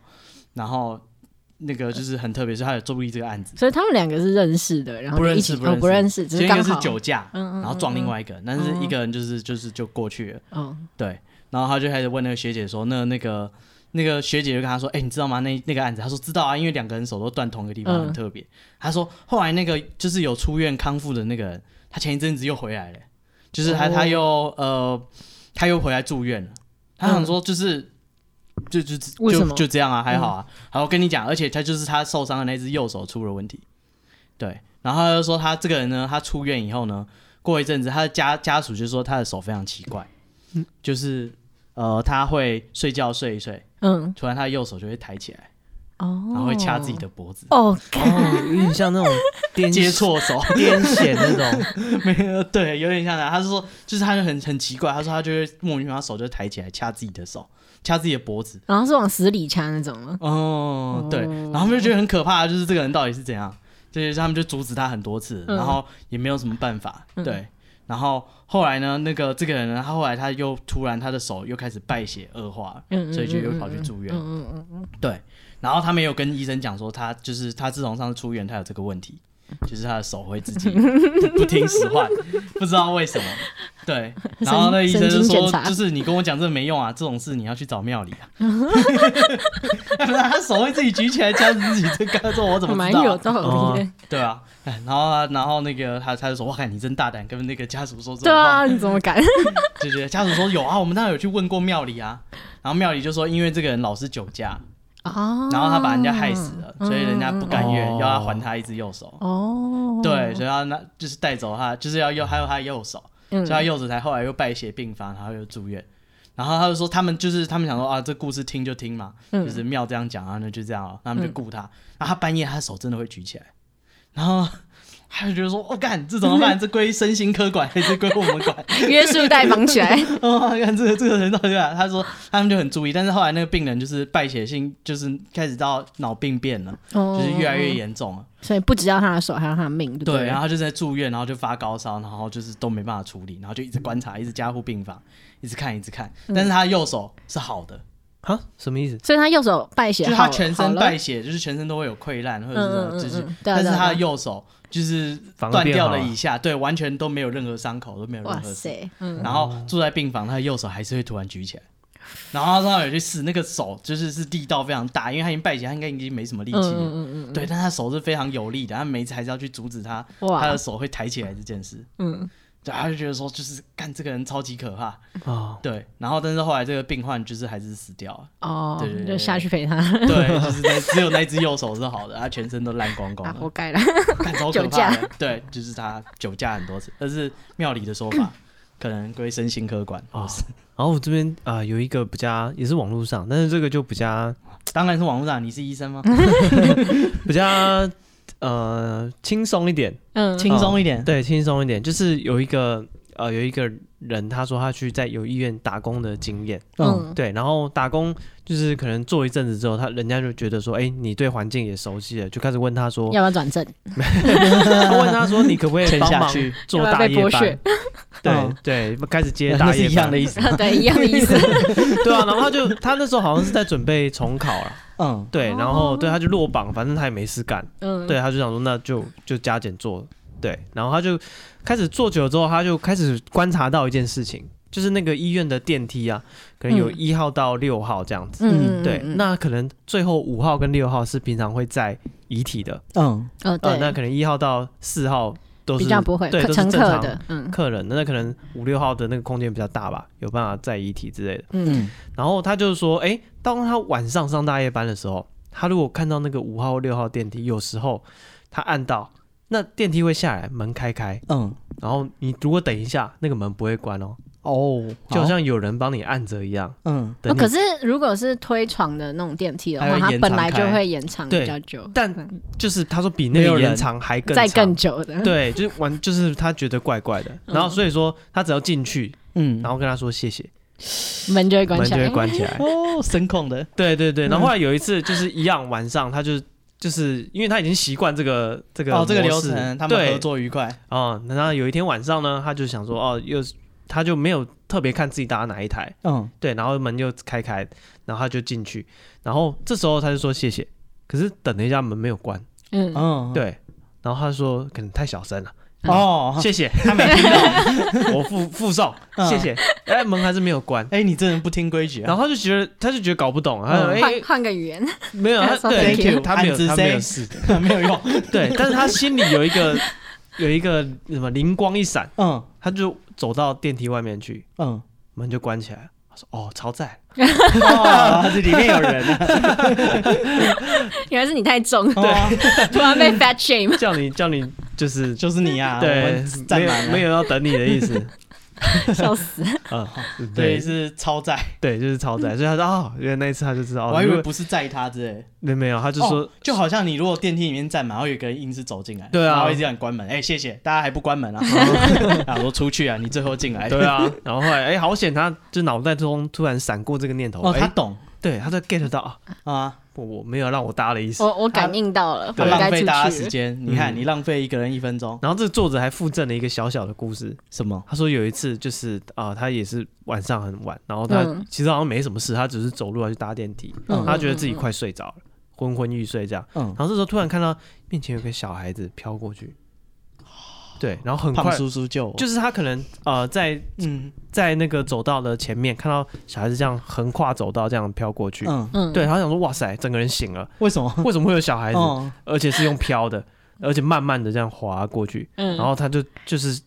[SPEAKER 2] 然后那个就是很特别，所以他有注意这个案子。
[SPEAKER 3] 所以他们两个是认识的，然后
[SPEAKER 2] 不认
[SPEAKER 3] 一
[SPEAKER 2] 识
[SPEAKER 3] 起
[SPEAKER 2] 不认
[SPEAKER 3] 哦不
[SPEAKER 2] 识
[SPEAKER 3] 认识，只是
[SPEAKER 2] 其中一个
[SPEAKER 3] 刚
[SPEAKER 2] 是
[SPEAKER 3] 好
[SPEAKER 2] 酒驾，
[SPEAKER 3] 嗯嗯
[SPEAKER 2] 然后撞另外一个人，但是一个人就是就是就过去了，
[SPEAKER 3] 哦，
[SPEAKER 2] 对。然后他就开始问那个学姐说，那那个那个学姐就跟他说，哎、你知道吗？那那个案子，他说知道啊，因为两个人手都断同一个地方，
[SPEAKER 3] 嗯
[SPEAKER 2] 很特别。他说后来那个就是有出院康复的那个人，他前一阵子又回来了，就是他、
[SPEAKER 1] 哦
[SPEAKER 2] 他又呃他又回来住院了。他想说就是。就就就
[SPEAKER 3] 为什
[SPEAKER 2] 就
[SPEAKER 3] 么嗯
[SPEAKER 2] 就这样啊，还好啊。然后跟你讲，而且他就是他受伤的那只右手出了问题，对。然后他就说他这个人呢，他出院以后呢，过一阵子他的家家属就说他的手非常奇怪，
[SPEAKER 3] 嗯
[SPEAKER 2] 就是呃他会睡觉睡一睡，
[SPEAKER 3] 嗯
[SPEAKER 2] 突然他的右手就会抬起来，
[SPEAKER 3] 哦，
[SPEAKER 2] 然后会掐自己的脖子，
[SPEAKER 3] 哦，
[SPEAKER 1] 哦，有点像那 种癫
[SPEAKER 2] 接错手，
[SPEAKER 1] 癫痫那 种，
[SPEAKER 2] 没有对，有点像他。他是说就是他就很很奇怪，他说他就会莫名其妙手就抬起来掐自己的手，掐自己的脖子，
[SPEAKER 3] 然后是往死里掐那种吗？
[SPEAKER 2] 哦，对，然后他们就觉得很可怕，就是这个人到底是怎样？就是他们就阻止他很多次，
[SPEAKER 3] 嗯
[SPEAKER 2] 然后也没有什么办法，
[SPEAKER 3] 嗯
[SPEAKER 2] 对。然后后来呢，那个这个人呢，他后来他又突然他的手又开始败血恶化了，
[SPEAKER 3] 嗯，嗯
[SPEAKER 2] 所以就又
[SPEAKER 3] 嗯
[SPEAKER 2] 跑去
[SPEAKER 3] 嗯
[SPEAKER 2] 住院
[SPEAKER 3] 嗯嗯嗯
[SPEAKER 2] 对。然后他没有跟医生讲说他就是他自从上次出院他有这个问题，就是他的手 会自己不听使唤，不知道为什么。对，然后那医生就
[SPEAKER 3] 神经
[SPEAKER 2] 说
[SPEAKER 3] 检，查
[SPEAKER 2] 就是你跟我讲这没用啊，这种事你要去找庙里啊。不然他手会自己举起来掐自己这个，这我怎
[SPEAKER 3] 嗯，
[SPEAKER 2] 么
[SPEAKER 3] 蛮
[SPEAKER 2] 知道啊、
[SPEAKER 3] 有道理的，
[SPEAKER 2] 对啊，哎然后啊然后那个他他就说，哇，看你真大胆，跟那个家属说这
[SPEAKER 3] 对
[SPEAKER 2] 种话。
[SPEAKER 3] 啊，你怎么敢？
[SPEAKER 2] 就觉得家属说有啊，我们当然有去问过庙里啊，然后庙里就说因为这个人老是酒驾，
[SPEAKER 3] 哦，
[SPEAKER 2] 然后他把人家害死了，所以人家不甘愿，
[SPEAKER 1] 哦
[SPEAKER 2] 要他还他一只右手。
[SPEAKER 3] 啊哦，
[SPEAKER 2] 对，所以他那就是带走他，就是要右，还有他右手，
[SPEAKER 3] 嗯
[SPEAKER 2] 所以他右手才后来又败血病发，然后又住院。然后他就说，他们就是他们想说啊，这故事听就听嘛，
[SPEAKER 3] 嗯
[SPEAKER 2] 就是庙这样讲啊，那就这样啊，那他们就雇他。然后他半夜他手真的会举起来，然后他就觉得说，我、干，这怎么办？这归身心科管还是归我们管？
[SPEAKER 3] 约束带绑起 来，
[SPEAKER 2] 哦，看这个这个人到底啊，他说他们就很注意，但是后来那个病人就是败血性，就是开始到脑病变了，就
[SPEAKER 3] 就是
[SPEAKER 2] 越来越，严重了。
[SPEAKER 3] 所以不只要他的手，还有他的命，对不
[SPEAKER 2] 对，然后他就在住院，然后就发高烧，然后就是都没办法处理，然后就一直观察，一直加护病房，一直看，一直看。
[SPEAKER 3] 嗯
[SPEAKER 2] 但是他右手是好的，
[SPEAKER 1] 啊，什么意思？
[SPEAKER 3] 所以他右手败血
[SPEAKER 2] 就
[SPEAKER 3] 好，
[SPEAKER 2] 是他全
[SPEAKER 3] 好
[SPEAKER 2] 身
[SPEAKER 3] 了
[SPEAKER 2] 败，血，就是全身都会有溃烂或
[SPEAKER 3] 嗯
[SPEAKER 2] 者是什
[SPEAKER 3] 嗯
[SPEAKER 2] 么
[SPEAKER 3] 嗯
[SPEAKER 2] 肢体，
[SPEAKER 3] 嗯，对啊
[SPEAKER 2] 但是他的
[SPEAKER 3] 对啊
[SPEAKER 2] 右手就是
[SPEAKER 1] 反而
[SPEAKER 2] 断
[SPEAKER 1] 变
[SPEAKER 2] 掉
[SPEAKER 1] 好啊
[SPEAKER 2] 了
[SPEAKER 1] 了
[SPEAKER 2] 以下，对，完全都没有任何伤口，都没有任
[SPEAKER 3] 哇
[SPEAKER 2] 何事。
[SPEAKER 3] 塞，嗯，
[SPEAKER 2] 然
[SPEAKER 1] 哦
[SPEAKER 2] 后住在病房，他的右手还是会突然举起来。然后他有去试，那个手就是是力道非常大，因为他已经败血，他应该已经没什么力气
[SPEAKER 3] 嗯
[SPEAKER 2] 了。
[SPEAKER 3] 嗯嗯
[SPEAKER 2] 对，但他手是非常有力的，他每一次还是要去阻止他
[SPEAKER 3] 嗯，
[SPEAKER 2] 他
[SPEAKER 3] 哇
[SPEAKER 2] 的，手会抬起来这件事。
[SPEAKER 3] 嗯，
[SPEAKER 2] 对，他就觉得说，就是干这个人超级可怕。
[SPEAKER 1] 啊，
[SPEAKER 2] 对，然后但是后来这个病患就是还是死掉了。
[SPEAKER 3] 哦
[SPEAKER 2] 对对，对
[SPEAKER 3] 就下去陪他，
[SPEAKER 2] 对，就是那只有那只右手是好的，他全身都烂光
[SPEAKER 3] 啊，
[SPEAKER 2] 光
[SPEAKER 3] 活
[SPEAKER 2] 了，
[SPEAKER 3] 该啦，
[SPEAKER 2] 干超可怕的。对，就是他酒驾很多次，但是庙里的说法可能归身心科管。
[SPEAKER 1] 哦然后我这边啊、有一个比较也是网络上，但是这个就比较
[SPEAKER 2] 当然是网络上，你是医生吗？
[SPEAKER 3] 嗯
[SPEAKER 1] 比较呃轻松一点，
[SPEAKER 3] 嗯，
[SPEAKER 2] 轻松一点。
[SPEAKER 1] 对，轻松一点，就是有一个呃有一个人他说他去在有医院打工的经验，
[SPEAKER 2] 嗯，
[SPEAKER 3] 嗯，
[SPEAKER 1] 对，然后打工就是可能做一阵子之后，他人家就觉得说，哎，你对环境也熟悉了，就开始问他说，
[SPEAKER 3] 要不要转 正？
[SPEAKER 1] 他问他说你可不可以
[SPEAKER 2] 沉
[SPEAKER 1] 帮
[SPEAKER 2] 下
[SPEAKER 1] 忙
[SPEAKER 2] 去
[SPEAKER 1] 做
[SPEAKER 3] 要不
[SPEAKER 1] 大
[SPEAKER 3] 要被
[SPEAKER 1] 夜
[SPEAKER 3] 剥
[SPEAKER 1] 班
[SPEAKER 3] 削？
[SPEAKER 1] 对
[SPEAKER 2] 嗯
[SPEAKER 1] 对，开始接
[SPEAKER 2] 那
[SPEAKER 1] 大
[SPEAKER 2] 是
[SPEAKER 1] 夜
[SPEAKER 2] 一样
[SPEAKER 1] 班
[SPEAKER 2] 的，意思。
[SPEAKER 3] 对，一样的意思，
[SPEAKER 1] 对啊，然后他就他那时候好像是在准备重考了，
[SPEAKER 2] 嗯，
[SPEAKER 1] 对，然后对他就落榜，反正他也没事干，
[SPEAKER 3] 哦嗯，
[SPEAKER 1] 对，他啊就想说那就就加减做，对，然后他就开始做久了之后，他就开始观察到一件事情，就是那个医院的电梯啊，可能有
[SPEAKER 3] 嗯
[SPEAKER 1] 一号到六号这样子，
[SPEAKER 3] 嗯，嗯，
[SPEAKER 1] 对，
[SPEAKER 3] 嗯
[SPEAKER 1] 那可能最后五号跟六号是平常会在遗体的，
[SPEAKER 2] 嗯，
[SPEAKER 3] 哦
[SPEAKER 1] 呃
[SPEAKER 3] 对，，
[SPEAKER 1] 那可能一号到四号都是
[SPEAKER 3] 比较不会
[SPEAKER 1] 对，都是
[SPEAKER 3] 乘
[SPEAKER 1] 正
[SPEAKER 3] 客
[SPEAKER 1] 常
[SPEAKER 3] 的，嗯
[SPEAKER 1] 客人，那可能五六号的那个空间比较大吧，有办法载遗体之类的。
[SPEAKER 3] 嗯，
[SPEAKER 1] 然后他就说，哎、当他晚上上大夜班的时候，他如果看到那个五号、六号电梯，有时候他按到，那电梯会下来，门开开，
[SPEAKER 2] 嗯，
[SPEAKER 1] 然后你如果等一下，那个门不会关哦，
[SPEAKER 2] 哦，
[SPEAKER 1] 就好像有人帮你按着一样。
[SPEAKER 2] 嗯，
[SPEAKER 1] 等
[SPEAKER 3] 哦
[SPEAKER 1] 你
[SPEAKER 3] 可是如果是推床的那种电梯的话，
[SPEAKER 2] 还会
[SPEAKER 3] 它
[SPEAKER 2] 延
[SPEAKER 3] 本
[SPEAKER 2] 长
[SPEAKER 3] 来就
[SPEAKER 2] 开
[SPEAKER 3] 会延长
[SPEAKER 1] 对
[SPEAKER 3] 比较久，
[SPEAKER 1] 但
[SPEAKER 3] 嗯
[SPEAKER 1] 就是他说比那
[SPEAKER 2] 没有
[SPEAKER 1] 个
[SPEAKER 2] 人
[SPEAKER 1] 延长还更
[SPEAKER 3] 再
[SPEAKER 1] 长
[SPEAKER 3] 更嗯久的，
[SPEAKER 1] 对，就是完，就是他觉得怪怪的，然后所以说他只要进去，
[SPEAKER 2] 嗯，
[SPEAKER 1] 然后跟他说谢谢，
[SPEAKER 3] 门就会关
[SPEAKER 1] 门
[SPEAKER 3] 起
[SPEAKER 1] 就会
[SPEAKER 3] 来。
[SPEAKER 1] 关起来。
[SPEAKER 2] 哦，声控的，
[SPEAKER 1] 对对
[SPEAKER 2] 嗯
[SPEAKER 1] 对，然后后来有一次就是一样，晚上他就就是因为他已经习惯这个这个
[SPEAKER 2] 哦，这个
[SPEAKER 1] 模
[SPEAKER 2] 流
[SPEAKER 1] 式
[SPEAKER 2] 程他们
[SPEAKER 1] 对
[SPEAKER 2] 合作愉快，
[SPEAKER 1] 哦，然后有一天晚上呢，他就想说哦，又是他就没有特别看自己搭哪一台，
[SPEAKER 2] 嗯，
[SPEAKER 1] 对，然后门就开开，然后他就进去，然后这时候他就说谢谢，可是等了一下门没有关，
[SPEAKER 3] 嗯，
[SPEAKER 2] 嗯，，
[SPEAKER 1] 对，然后他说可能太小声了，
[SPEAKER 2] 哦，
[SPEAKER 1] 谢谢，
[SPEAKER 2] 他没听到，
[SPEAKER 1] 我附附送，
[SPEAKER 2] 嗯
[SPEAKER 1] 谢谢，哎，门还是没有关。
[SPEAKER 2] 哎，你这人不听规矩啊
[SPEAKER 1] 然后他就觉得，他就觉得搞不懂，他说：“哎、
[SPEAKER 2] 嗯
[SPEAKER 3] 换换个语言，
[SPEAKER 1] 没有， 他
[SPEAKER 3] Thank
[SPEAKER 1] 对，
[SPEAKER 2] you
[SPEAKER 1] 他没有，
[SPEAKER 2] I'm
[SPEAKER 1] 他没有
[SPEAKER 2] the
[SPEAKER 1] 事的，
[SPEAKER 2] 没有用，
[SPEAKER 1] 对，但是他心里有一个有一个什么灵光一闪，
[SPEAKER 2] 嗯
[SPEAKER 1] 他就走到电梯外面去，
[SPEAKER 2] 嗯，
[SPEAKER 1] 门就关起来了。他说：“哦，超载。”
[SPEAKER 2] 哦，这里面有人 啊，
[SPEAKER 3] 原来是你太重，
[SPEAKER 1] 哦
[SPEAKER 2] 对，
[SPEAKER 3] 突然被 fat shame。
[SPEAKER 1] 叫你叫你就是
[SPEAKER 2] 就是你啊，我
[SPEAKER 1] 对
[SPEAKER 2] 们，啊
[SPEAKER 1] 没
[SPEAKER 2] 站满
[SPEAKER 1] 有没
[SPEAKER 2] 了，
[SPEAKER 1] 有要等你的意思
[SPEAKER 3] 笑死！
[SPEAKER 1] 啊、嗯，
[SPEAKER 2] 对，
[SPEAKER 1] 对
[SPEAKER 2] 是超载，
[SPEAKER 1] 对，就是超载，所以他说哦，原来那一次他就知道，
[SPEAKER 2] 我
[SPEAKER 1] 哦
[SPEAKER 2] 还以
[SPEAKER 1] 如
[SPEAKER 2] 为
[SPEAKER 1] 果
[SPEAKER 2] 不是载他之类，
[SPEAKER 1] 没没有，他就说、
[SPEAKER 2] 哦就好像你如果电梯里面站满，然后有一个人硬是走进来，
[SPEAKER 1] 对啊
[SPEAKER 2] 然后一直让你关门，哎，谢谢，大家还不关门啊， 啊，我出去啊，你最后进来，
[SPEAKER 1] 对啊，然后后来哎，好险，他就脑袋中突然闪过这个念头，
[SPEAKER 2] 哦，
[SPEAKER 1] 哎、
[SPEAKER 2] 他懂
[SPEAKER 1] 对，他就 get 到啊，
[SPEAKER 2] 啊，
[SPEAKER 1] 我我没有让我搭的意思。
[SPEAKER 3] 我我感应到了，
[SPEAKER 2] 他
[SPEAKER 3] 我
[SPEAKER 2] 浪
[SPEAKER 3] 该
[SPEAKER 2] 费大家
[SPEAKER 3] 出
[SPEAKER 2] 时
[SPEAKER 3] 去。
[SPEAKER 2] 间。你看，
[SPEAKER 1] 嗯
[SPEAKER 2] 你浪费一个人一分钟，
[SPEAKER 1] 然后这个作者还附赠了一个小小的故事，
[SPEAKER 2] 什么？
[SPEAKER 1] 他说有一次就是啊、他也是晚上很晚，然后他
[SPEAKER 3] 嗯
[SPEAKER 1] 其实好像没什么事，他只是走路要啊去搭电梯，
[SPEAKER 2] 嗯
[SPEAKER 1] 他觉得自己快睡着了，昏昏欲睡这样。
[SPEAKER 2] 嗯
[SPEAKER 1] 然，后这时候突然看到面前有个小孩子飘过去，对，然后很
[SPEAKER 2] 哦胖
[SPEAKER 1] 快，
[SPEAKER 2] 叔叔救我。
[SPEAKER 1] 就是他可能呃在
[SPEAKER 2] 嗯
[SPEAKER 1] 在那个走道的前面看到小孩子这样横跨走道这样飘过去，
[SPEAKER 2] 嗯，
[SPEAKER 3] 嗯，
[SPEAKER 1] 对，他想说哇塞，整个人醒了，
[SPEAKER 2] 为什么？
[SPEAKER 1] 为什么会有小孩子，
[SPEAKER 2] 嗯
[SPEAKER 1] 而且是用飘的，而且慢慢的这样滑过去，
[SPEAKER 3] 嗯，
[SPEAKER 1] 然后他就就是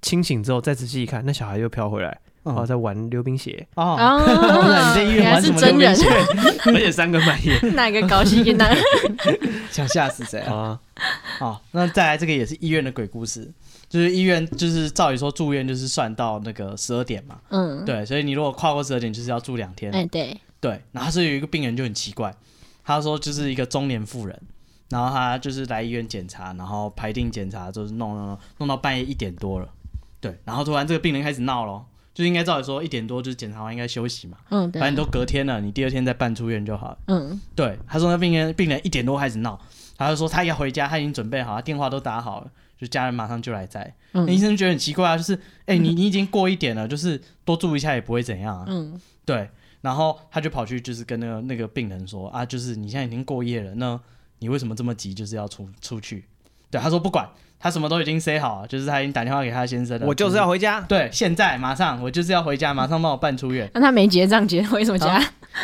[SPEAKER 1] 清醒之后再仔细一看，那小孩又飘回来，然后
[SPEAKER 2] 嗯
[SPEAKER 1] 在玩溜冰鞋，
[SPEAKER 2] 哦，
[SPEAKER 3] 啊，
[SPEAKER 2] 然你在医院
[SPEAKER 3] 原来
[SPEAKER 2] 玩什
[SPEAKER 3] 是
[SPEAKER 2] 么
[SPEAKER 3] 真
[SPEAKER 2] 溜冰
[SPEAKER 3] 人，
[SPEAKER 1] 而且三更 半夜
[SPEAKER 3] 哪个搞基因呢？
[SPEAKER 2] 想吓死谁啊？
[SPEAKER 1] 啊，
[SPEAKER 2] 哦，那再来这个也是医院的鬼故事，就是医院就是照理说住院就是算到那个十二点嘛，
[SPEAKER 3] 嗯，
[SPEAKER 2] 对，所以你如果跨过十二点就是要住两天，
[SPEAKER 3] 哎对，
[SPEAKER 2] 对。然后是有一个病人就很奇怪，他说就是一个中年妇人，然后他就是来医院检查，然后排定检查，就是弄弄弄弄到半夜一点多了，对，然后突然这个病人开始闹了，就应该照理说一点多就是检查完应该休息嘛，
[SPEAKER 3] 嗯，对
[SPEAKER 2] 反，正都隔天了，你第二天再办出院就好了。
[SPEAKER 3] 嗯，
[SPEAKER 2] 对，他说那病人病人一点多开始闹，他就说他要回家，他已经准备好，他电话都打好了，就家人马上就来载。
[SPEAKER 1] 哎
[SPEAKER 3] 嗯
[SPEAKER 2] 那医生觉得很奇怪啊，就是哎、你你已经过一点了，就是多住一下也不会怎样啊。
[SPEAKER 3] 嗯，
[SPEAKER 2] 对，然后他就跑去就是跟那个那个病人说啊，就是你现在已经过夜了，那你为什么这么急，就是要出出去？对，他说不管，他什么都已经 say 好了，就是他已经打电话给他先生了，
[SPEAKER 1] 我就是要回家。
[SPEAKER 2] 对，现在马上我就是要回家，马上帮我办出院。
[SPEAKER 3] 那他没结账结为什么加？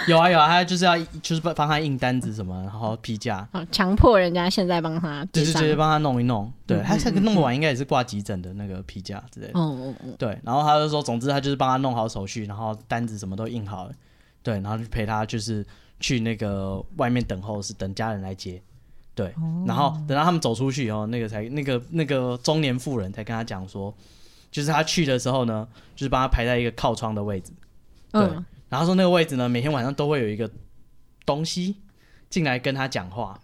[SPEAKER 2] 有啊有啊，他就是要就是帮他印单子什么，然后批假，
[SPEAKER 3] 哦强迫人家现在帮他
[SPEAKER 2] 就
[SPEAKER 3] 结
[SPEAKER 2] 是直
[SPEAKER 3] 账。
[SPEAKER 2] 接帮他弄一弄。对，
[SPEAKER 3] 嗯
[SPEAKER 2] 他这个弄完应该也是挂急诊的那个批假之类的。
[SPEAKER 3] 哦，嗯
[SPEAKER 2] 对，然后他就说，总之他就是帮他弄好手续，然后单子什么都印好了，对，然后就陪他就是去那个外面等候室等家人来接。对，
[SPEAKER 3] 哦
[SPEAKER 2] 然后等到他们走出去以后，那个才那个那个中年妇人才跟他讲说，就是他去的时候呢，就是帮他排在一个靠窗的位置。
[SPEAKER 3] 嗯
[SPEAKER 2] 然后他说那个位置呢，每天晚上都会有一个东西进来跟他讲话。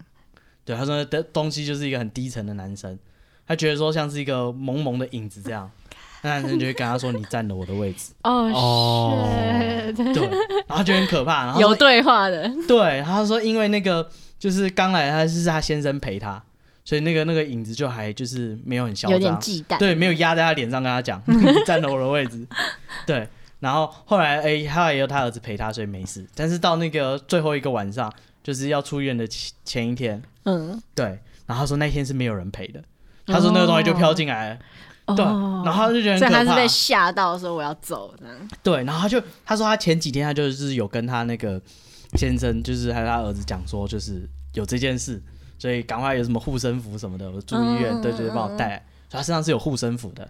[SPEAKER 2] 对，他说的东西就是一个很低沉的男生，他觉得说像是一个蒙蒙的影子这样。那男生就会跟他说：“你占了我的位 置。
[SPEAKER 3] 嗯，
[SPEAKER 1] 哦
[SPEAKER 3] 哦，是”
[SPEAKER 2] 对，然后就很可怕。然后
[SPEAKER 3] 有
[SPEAKER 2] 说
[SPEAKER 3] 对话的，
[SPEAKER 2] 对，他说因为那个就是刚来，他是他先生陪他，所以那个那个影子就还就是没有很嚣
[SPEAKER 3] 有点
[SPEAKER 2] 张，
[SPEAKER 3] 忌惮。
[SPEAKER 2] 对，没有压在他脸上跟他讲 你占了我的位置，对。然后后来哎、后来也有他儿子陪他，所以没事。但是到那个最后一个晚上，就是要出院的前前一天，
[SPEAKER 3] 嗯，
[SPEAKER 2] 对。然后他说那天是没有人陪的，他说那个东西就飘进来了，对。
[SPEAKER 3] 哦
[SPEAKER 2] 然后他就觉得
[SPEAKER 3] 所
[SPEAKER 2] 很
[SPEAKER 3] 以
[SPEAKER 2] 可
[SPEAKER 3] 他是
[SPEAKER 2] 怕
[SPEAKER 3] 被，吓到说我要走这样。
[SPEAKER 2] 对。然后他就他说他前几天他就是有跟他那个先生，就是还有他儿子讲说，就是有这件事，所以赶快有什么护身符什么的，我住医院，
[SPEAKER 3] 嗯
[SPEAKER 2] 对对对，帮我带来。所以他身上是有护身符的。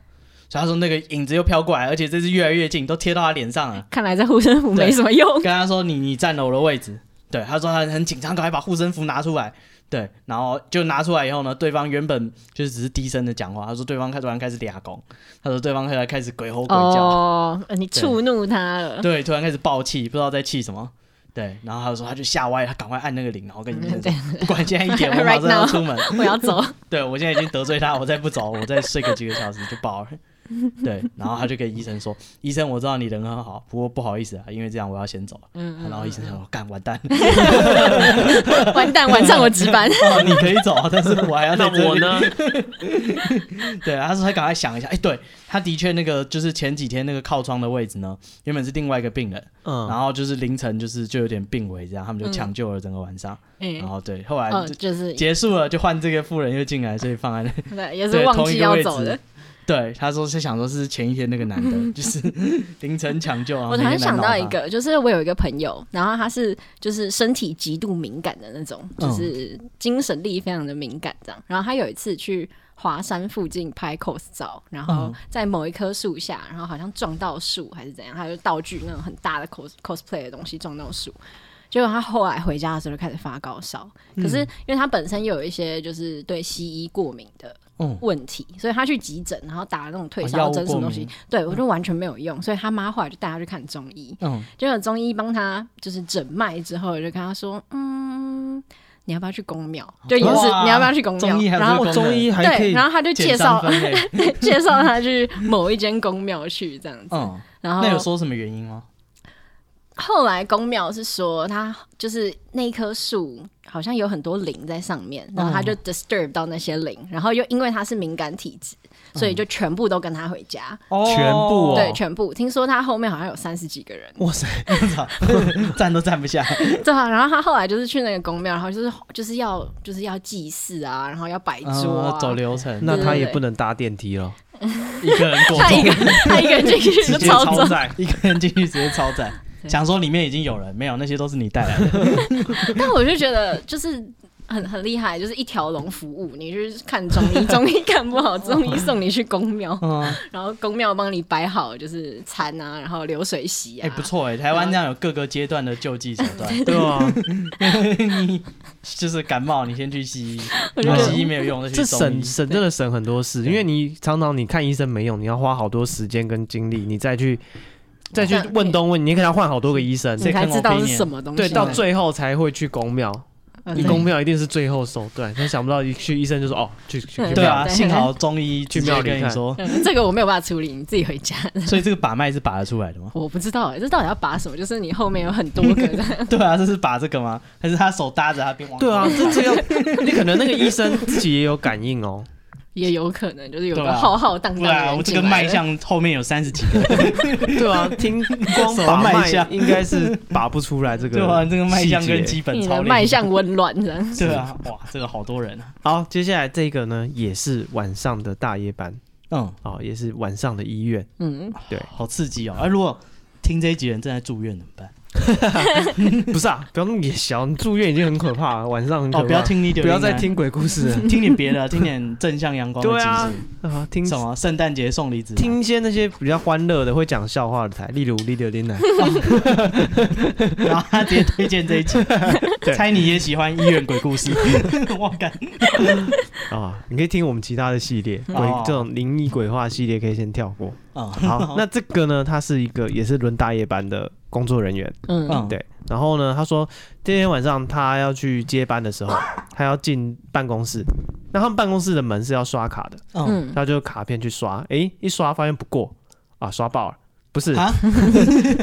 [SPEAKER 2] 所以他说那个影子又飘过来，而且这次越来越近，都贴到他脸上了。
[SPEAKER 3] 看来这护身符没什么用。
[SPEAKER 2] 跟他说你你占了我的位置，对，他说他很紧张，赶快把护身符拿出来。对，然后就拿出来以后呢，对方原本就是只是低声的讲话，他说对方开突然开始嗲拱，他说对方开始开始鬼吼鬼叫，
[SPEAKER 3] 哦，你触怒他 了。
[SPEAKER 2] 对，突然开始爆气，不知道在气什么。对，然后他就说他就吓歪，他赶快按那个铃，然后跟你先
[SPEAKER 3] 嗯对
[SPEAKER 2] 生，不管现在一点， 我马
[SPEAKER 3] Right
[SPEAKER 2] 上要出门。
[SPEAKER 3] 我要 走，
[SPEAKER 2] 对，我现在已经得罪他，我再不走，我再睡个几个小时就爆了。 对，然后他就跟医生说：“医生，我知道你人很好，不过不好意思啊，因为这样我要先走了。”
[SPEAKER 3] 嗯
[SPEAKER 2] 然后医生想说：“干，完蛋，
[SPEAKER 3] 完蛋，晚上我值班。
[SPEAKER 2] 哦，你可以走， 但是我还要在
[SPEAKER 1] 那
[SPEAKER 2] 这
[SPEAKER 1] 我
[SPEAKER 2] 里。
[SPEAKER 1] 呢？
[SPEAKER 2] 对，他说他赶快想一下，哎、对，他的确那个就是前几天那个靠窗的位置呢，原本是另外一个病人，然
[SPEAKER 1] 嗯，
[SPEAKER 2] 后就是凌晨就是就有点病危这样，他们就
[SPEAKER 3] 嗯
[SPEAKER 2] 抢救了整个晚上，
[SPEAKER 3] 嗯
[SPEAKER 2] 然，后对，后来
[SPEAKER 3] 哦，
[SPEAKER 2] 就
[SPEAKER 3] 就是
[SPEAKER 2] 结束了就换这个妇人又进来，所以放在那。
[SPEAKER 3] 对，也是
[SPEAKER 2] 对，
[SPEAKER 3] 忘
[SPEAKER 2] 同
[SPEAKER 3] 记
[SPEAKER 2] 一个
[SPEAKER 3] 要
[SPEAKER 2] 位
[SPEAKER 3] 走的
[SPEAKER 2] 置。。对，他说是想说是前一天那个男 的，就是凌晨抢救。然后
[SPEAKER 3] 我突然
[SPEAKER 2] 那天
[SPEAKER 3] 想
[SPEAKER 2] 来
[SPEAKER 3] 到
[SPEAKER 2] 闹
[SPEAKER 3] 一
[SPEAKER 2] 他，
[SPEAKER 3] 个，就是我有一个朋友，然后他是就是身体极度敏感的那种，就是精神力非常的敏感这样。然后他有一次去华山附近拍 cos 照，然后
[SPEAKER 2] 嗯
[SPEAKER 3] 在某一棵树下，然后好像撞到树还是怎样，他就道具那种很大的 cos cosplay 的东西撞到树。结果他后来回家的时候就开始发高烧，可是因为他本身又有一些就是对西医过敏的
[SPEAKER 2] 嗯，
[SPEAKER 3] 问题，所以他去急诊，然后打了那种退
[SPEAKER 2] 哦
[SPEAKER 3] 烧
[SPEAKER 2] 药物
[SPEAKER 3] 针什么
[SPEAKER 2] 过
[SPEAKER 3] 东西
[SPEAKER 2] 敏，
[SPEAKER 3] 对我就完全没有用，所以他妈后来就带他去看中医，
[SPEAKER 2] 嗯，
[SPEAKER 3] 结果中医帮他就是诊脉之后，就跟他说，嗯，你要不要去公庙？就也是
[SPEAKER 2] 哦哇
[SPEAKER 3] 你要不要去公庙
[SPEAKER 2] 中医？还有
[SPEAKER 3] 然
[SPEAKER 2] 这
[SPEAKER 3] 后
[SPEAKER 2] 个
[SPEAKER 1] 哦，中医还可
[SPEAKER 3] 对，
[SPEAKER 1] 以
[SPEAKER 3] 然后他就介
[SPEAKER 2] 减
[SPEAKER 3] 绍
[SPEAKER 2] 三 分欸类。
[SPEAKER 3] 介绍他去某一间公庙去这样子，
[SPEAKER 2] 嗯，
[SPEAKER 3] 然后
[SPEAKER 2] 那有说什么原因吗？
[SPEAKER 3] 后来公庙是说，他就是那一棵树好像有很多灵在上面，然后
[SPEAKER 2] 嗯
[SPEAKER 3] 他就 disturb 到那些灵，然后又因为他是敏感体质，所
[SPEAKER 2] 嗯
[SPEAKER 3] 以就全部都跟他回家，
[SPEAKER 1] 全部哦
[SPEAKER 3] 对，全部。听说他后面好像有三十几个人，
[SPEAKER 1] 哇塞，
[SPEAKER 2] 站都站不 下。
[SPEAKER 3] 对啊。然后他后来就是去那个公庙，然后就是就是要就是要祭祀啊，然后要摆桌、啊
[SPEAKER 2] 嗯走流程，
[SPEAKER 1] 那他也不能搭电梯了，
[SPEAKER 2] 一个人 过
[SPEAKER 3] 他一
[SPEAKER 2] 重，
[SPEAKER 3] 个他一个人进去
[SPEAKER 2] 直
[SPEAKER 3] 就
[SPEAKER 2] 接
[SPEAKER 3] 超
[SPEAKER 2] 超
[SPEAKER 3] 走，
[SPEAKER 2] 载，一个人进去直接超载。
[SPEAKER 3] 对
[SPEAKER 2] 想说里面已经有人，没有，那些都是你带 来的。
[SPEAKER 3] 但我就觉得就是很很厉害，就是一条龙服务。你去看中医，中医看不好，中医送你去公 庙，
[SPEAKER 2] 嗯，
[SPEAKER 3] 然后公庙帮你摆好就是餐啊，然后流水席啊，
[SPEAKER 2] 哎，不错哎，台湾这样有各个阶段的救济手段。
[SPEAKER 1] 对啊，
[SPEAKER 2] 你就是感冒，你先 去西医，
[SPEAKER 3] 我
[SPEAKER 1] 觉
[SPEAKER 2] 那
[SPEAKER 1] 得
[SPEAKER 2] 西医没有用，再去
[SPEAKER 1] 这
[SPEAKER 2] 中
[SPEAKER 1] 省
[SPEAKER 2] 医。
[SPEAKER 1] 省真的省很多事，
[SPEAKER 2] 对
[SPEAKER 1] 因为你常常你看医生没用，你要花好多时间跟精力，你再去
[SPEAKER 2] 嗯
[SPEAKER 1] 再去
[SPEAKER 3] 这样
[SPEAKER 1] 问东问，你可能要换好多个医生，
[SPEAKER 3] 你才知道是
[SPEAKER 2] second opinion
[SPEAKER 3] 什么东西。
[SPEAKER 1] 对，到
[SPEAKER 2] 对
[SPEAKER 1] 最后才会去公庙。
[SPEAKER 2] 嗯
[SPEAKER 3] 呃
[SPEAKER 1] 义
[SPEAKER 3] 对
[SPEAKER 1] 工庙一定是最后手段，但想不到一去医生就说哦，去去去
[SPEAKER 3] 嗯
[SPEAKER 2] 对啊，
[SPEAKER 3] 对
[SPEAKER 2] 幸好中医
[SPEAKER 1] 去
[SPEAKER 2] 直接
[SPEAKER 1] 庙里
[SPEAKER 2] 跟你
[SPEAKER 1] 看
[SPEAKER 2] 说，
[SPEAKER 3] 嗯这个我没有办法处理，你自己回家。？
[SPEAKER 2] 所以这个把脉是把得出来的吗
[SPEAKER 3] 我不知道哎、这到底要拔什么？就是你后面有很多个这样，
[SPEAKER 2] 对啊，这是把这个吗？还是他手搭着他边往？
[SPEAKER 1] 对啊，这 这要你可能那个医生自己也有感应哦。
[SPEAKER 3] 也有可能就是有
[SPEAKER 2] 对
[SPEAKER 3] 个
[SPEAKER 2] 啊
[SPEAKER 3] 浩浩荡荡
[SPEAKER 2] 不
[SPEAKER 3] 的嗯
[SPEAKER 2] 然我
[SPEAKER 3] 人
[SPEAKER 2] 这
[SPEAKER 3] 进
[SPEAKER 2] 个
[SPEAKER 3] 来
[SPEAKER 2] 脉
[SPEAKER 3] 了。
[SPEAKER 2] 象后面有三十几个，
[SPEAKER 1] 对 啊，听光
[SPEAKER 2] 手
[SPEAKER 1] 把
[SPEAKER 2] 脉
[SPEAKER 1] 脉
[SPEAKER 2] 象
[SPEAKER 1] 应该是拔不出来这 个。
[SPEAKER 2] 对啊，这个脉象跟
[SPEAKER 1] 细节
[SPEAKER 2] 基本
[SPEAKER 3] 你
[SPEAKER 2] 操
[SPEAKER 3] 的
[SPEAKER 2] 练，
[SPEAKER 3] 脉象温暖这样，
[SPEAKER 2] 对啊，哇，这个好多人啊，
[SPEAKER 1] 好，接下来这个呢，也是晚上的大夜班
[SPEAKER 2] 嗯，
[SPEAKER 1] 哦，也是晚上的医院。
[SPEAKER 3] 嗯，
[SPEAKER 1] 对，
[SPEAKER 2] 好刺激哦。哎，如果听这一集人正在住院怎么办？
[SPEAKER 1] 不是啊，不要那么野小，你住院已经很可怕了，晚上很可
[SPEAKER 2] 哦，
[SPEAKER 1] 怕。
[SPEAKER 2] 不要，听你，
[SPEAKER 1] 不要再，听鬼故事 了
[SPEAKER 2] 听点别的，听点正向阳光的
[SPEAKER 1] 对啊
[SPEAKER 2] 集
[SPEAKER 1] 啊！听
[SPEAKER 2] 数，什么圣诞节送礼纸，
[SPEAKER 1] 听一些那些比较欢乐的、会讲笑话的台，例如《丽柳林奶》。
[SPEAKER 2] 然后他直接推荐这一集， 猜你也喜欢医院鬼故事，我感
[SPEAKER 1] 啊，你可以听我们其他的系列，鬼
[SPEAKER 2] 哦
[SPEAKER 1] 这种灵异鬼话系列可以先跳过。
[SPEAKER 2] 啊，
[SPEAKER 1] 好，那这个呢，他是一个也是轮大夜班的工作人员，
[SPEAKER 3] 嗯
[SPEAKER 2] 嗯，
[SPEAKER 1] 对。然后呢，他说这天晚上他要去接班的时候， 他要进办公室，那他们办公室的门是要刷卡的，
[SPEAKER 2] 嗯，
[SPEAKER 3] 嗯，
[SPEAKER 1] 他就卡片去刷，诶，一刷发现不过啊，刷爆了。嗯不是
[SPEAKER 2] 啊，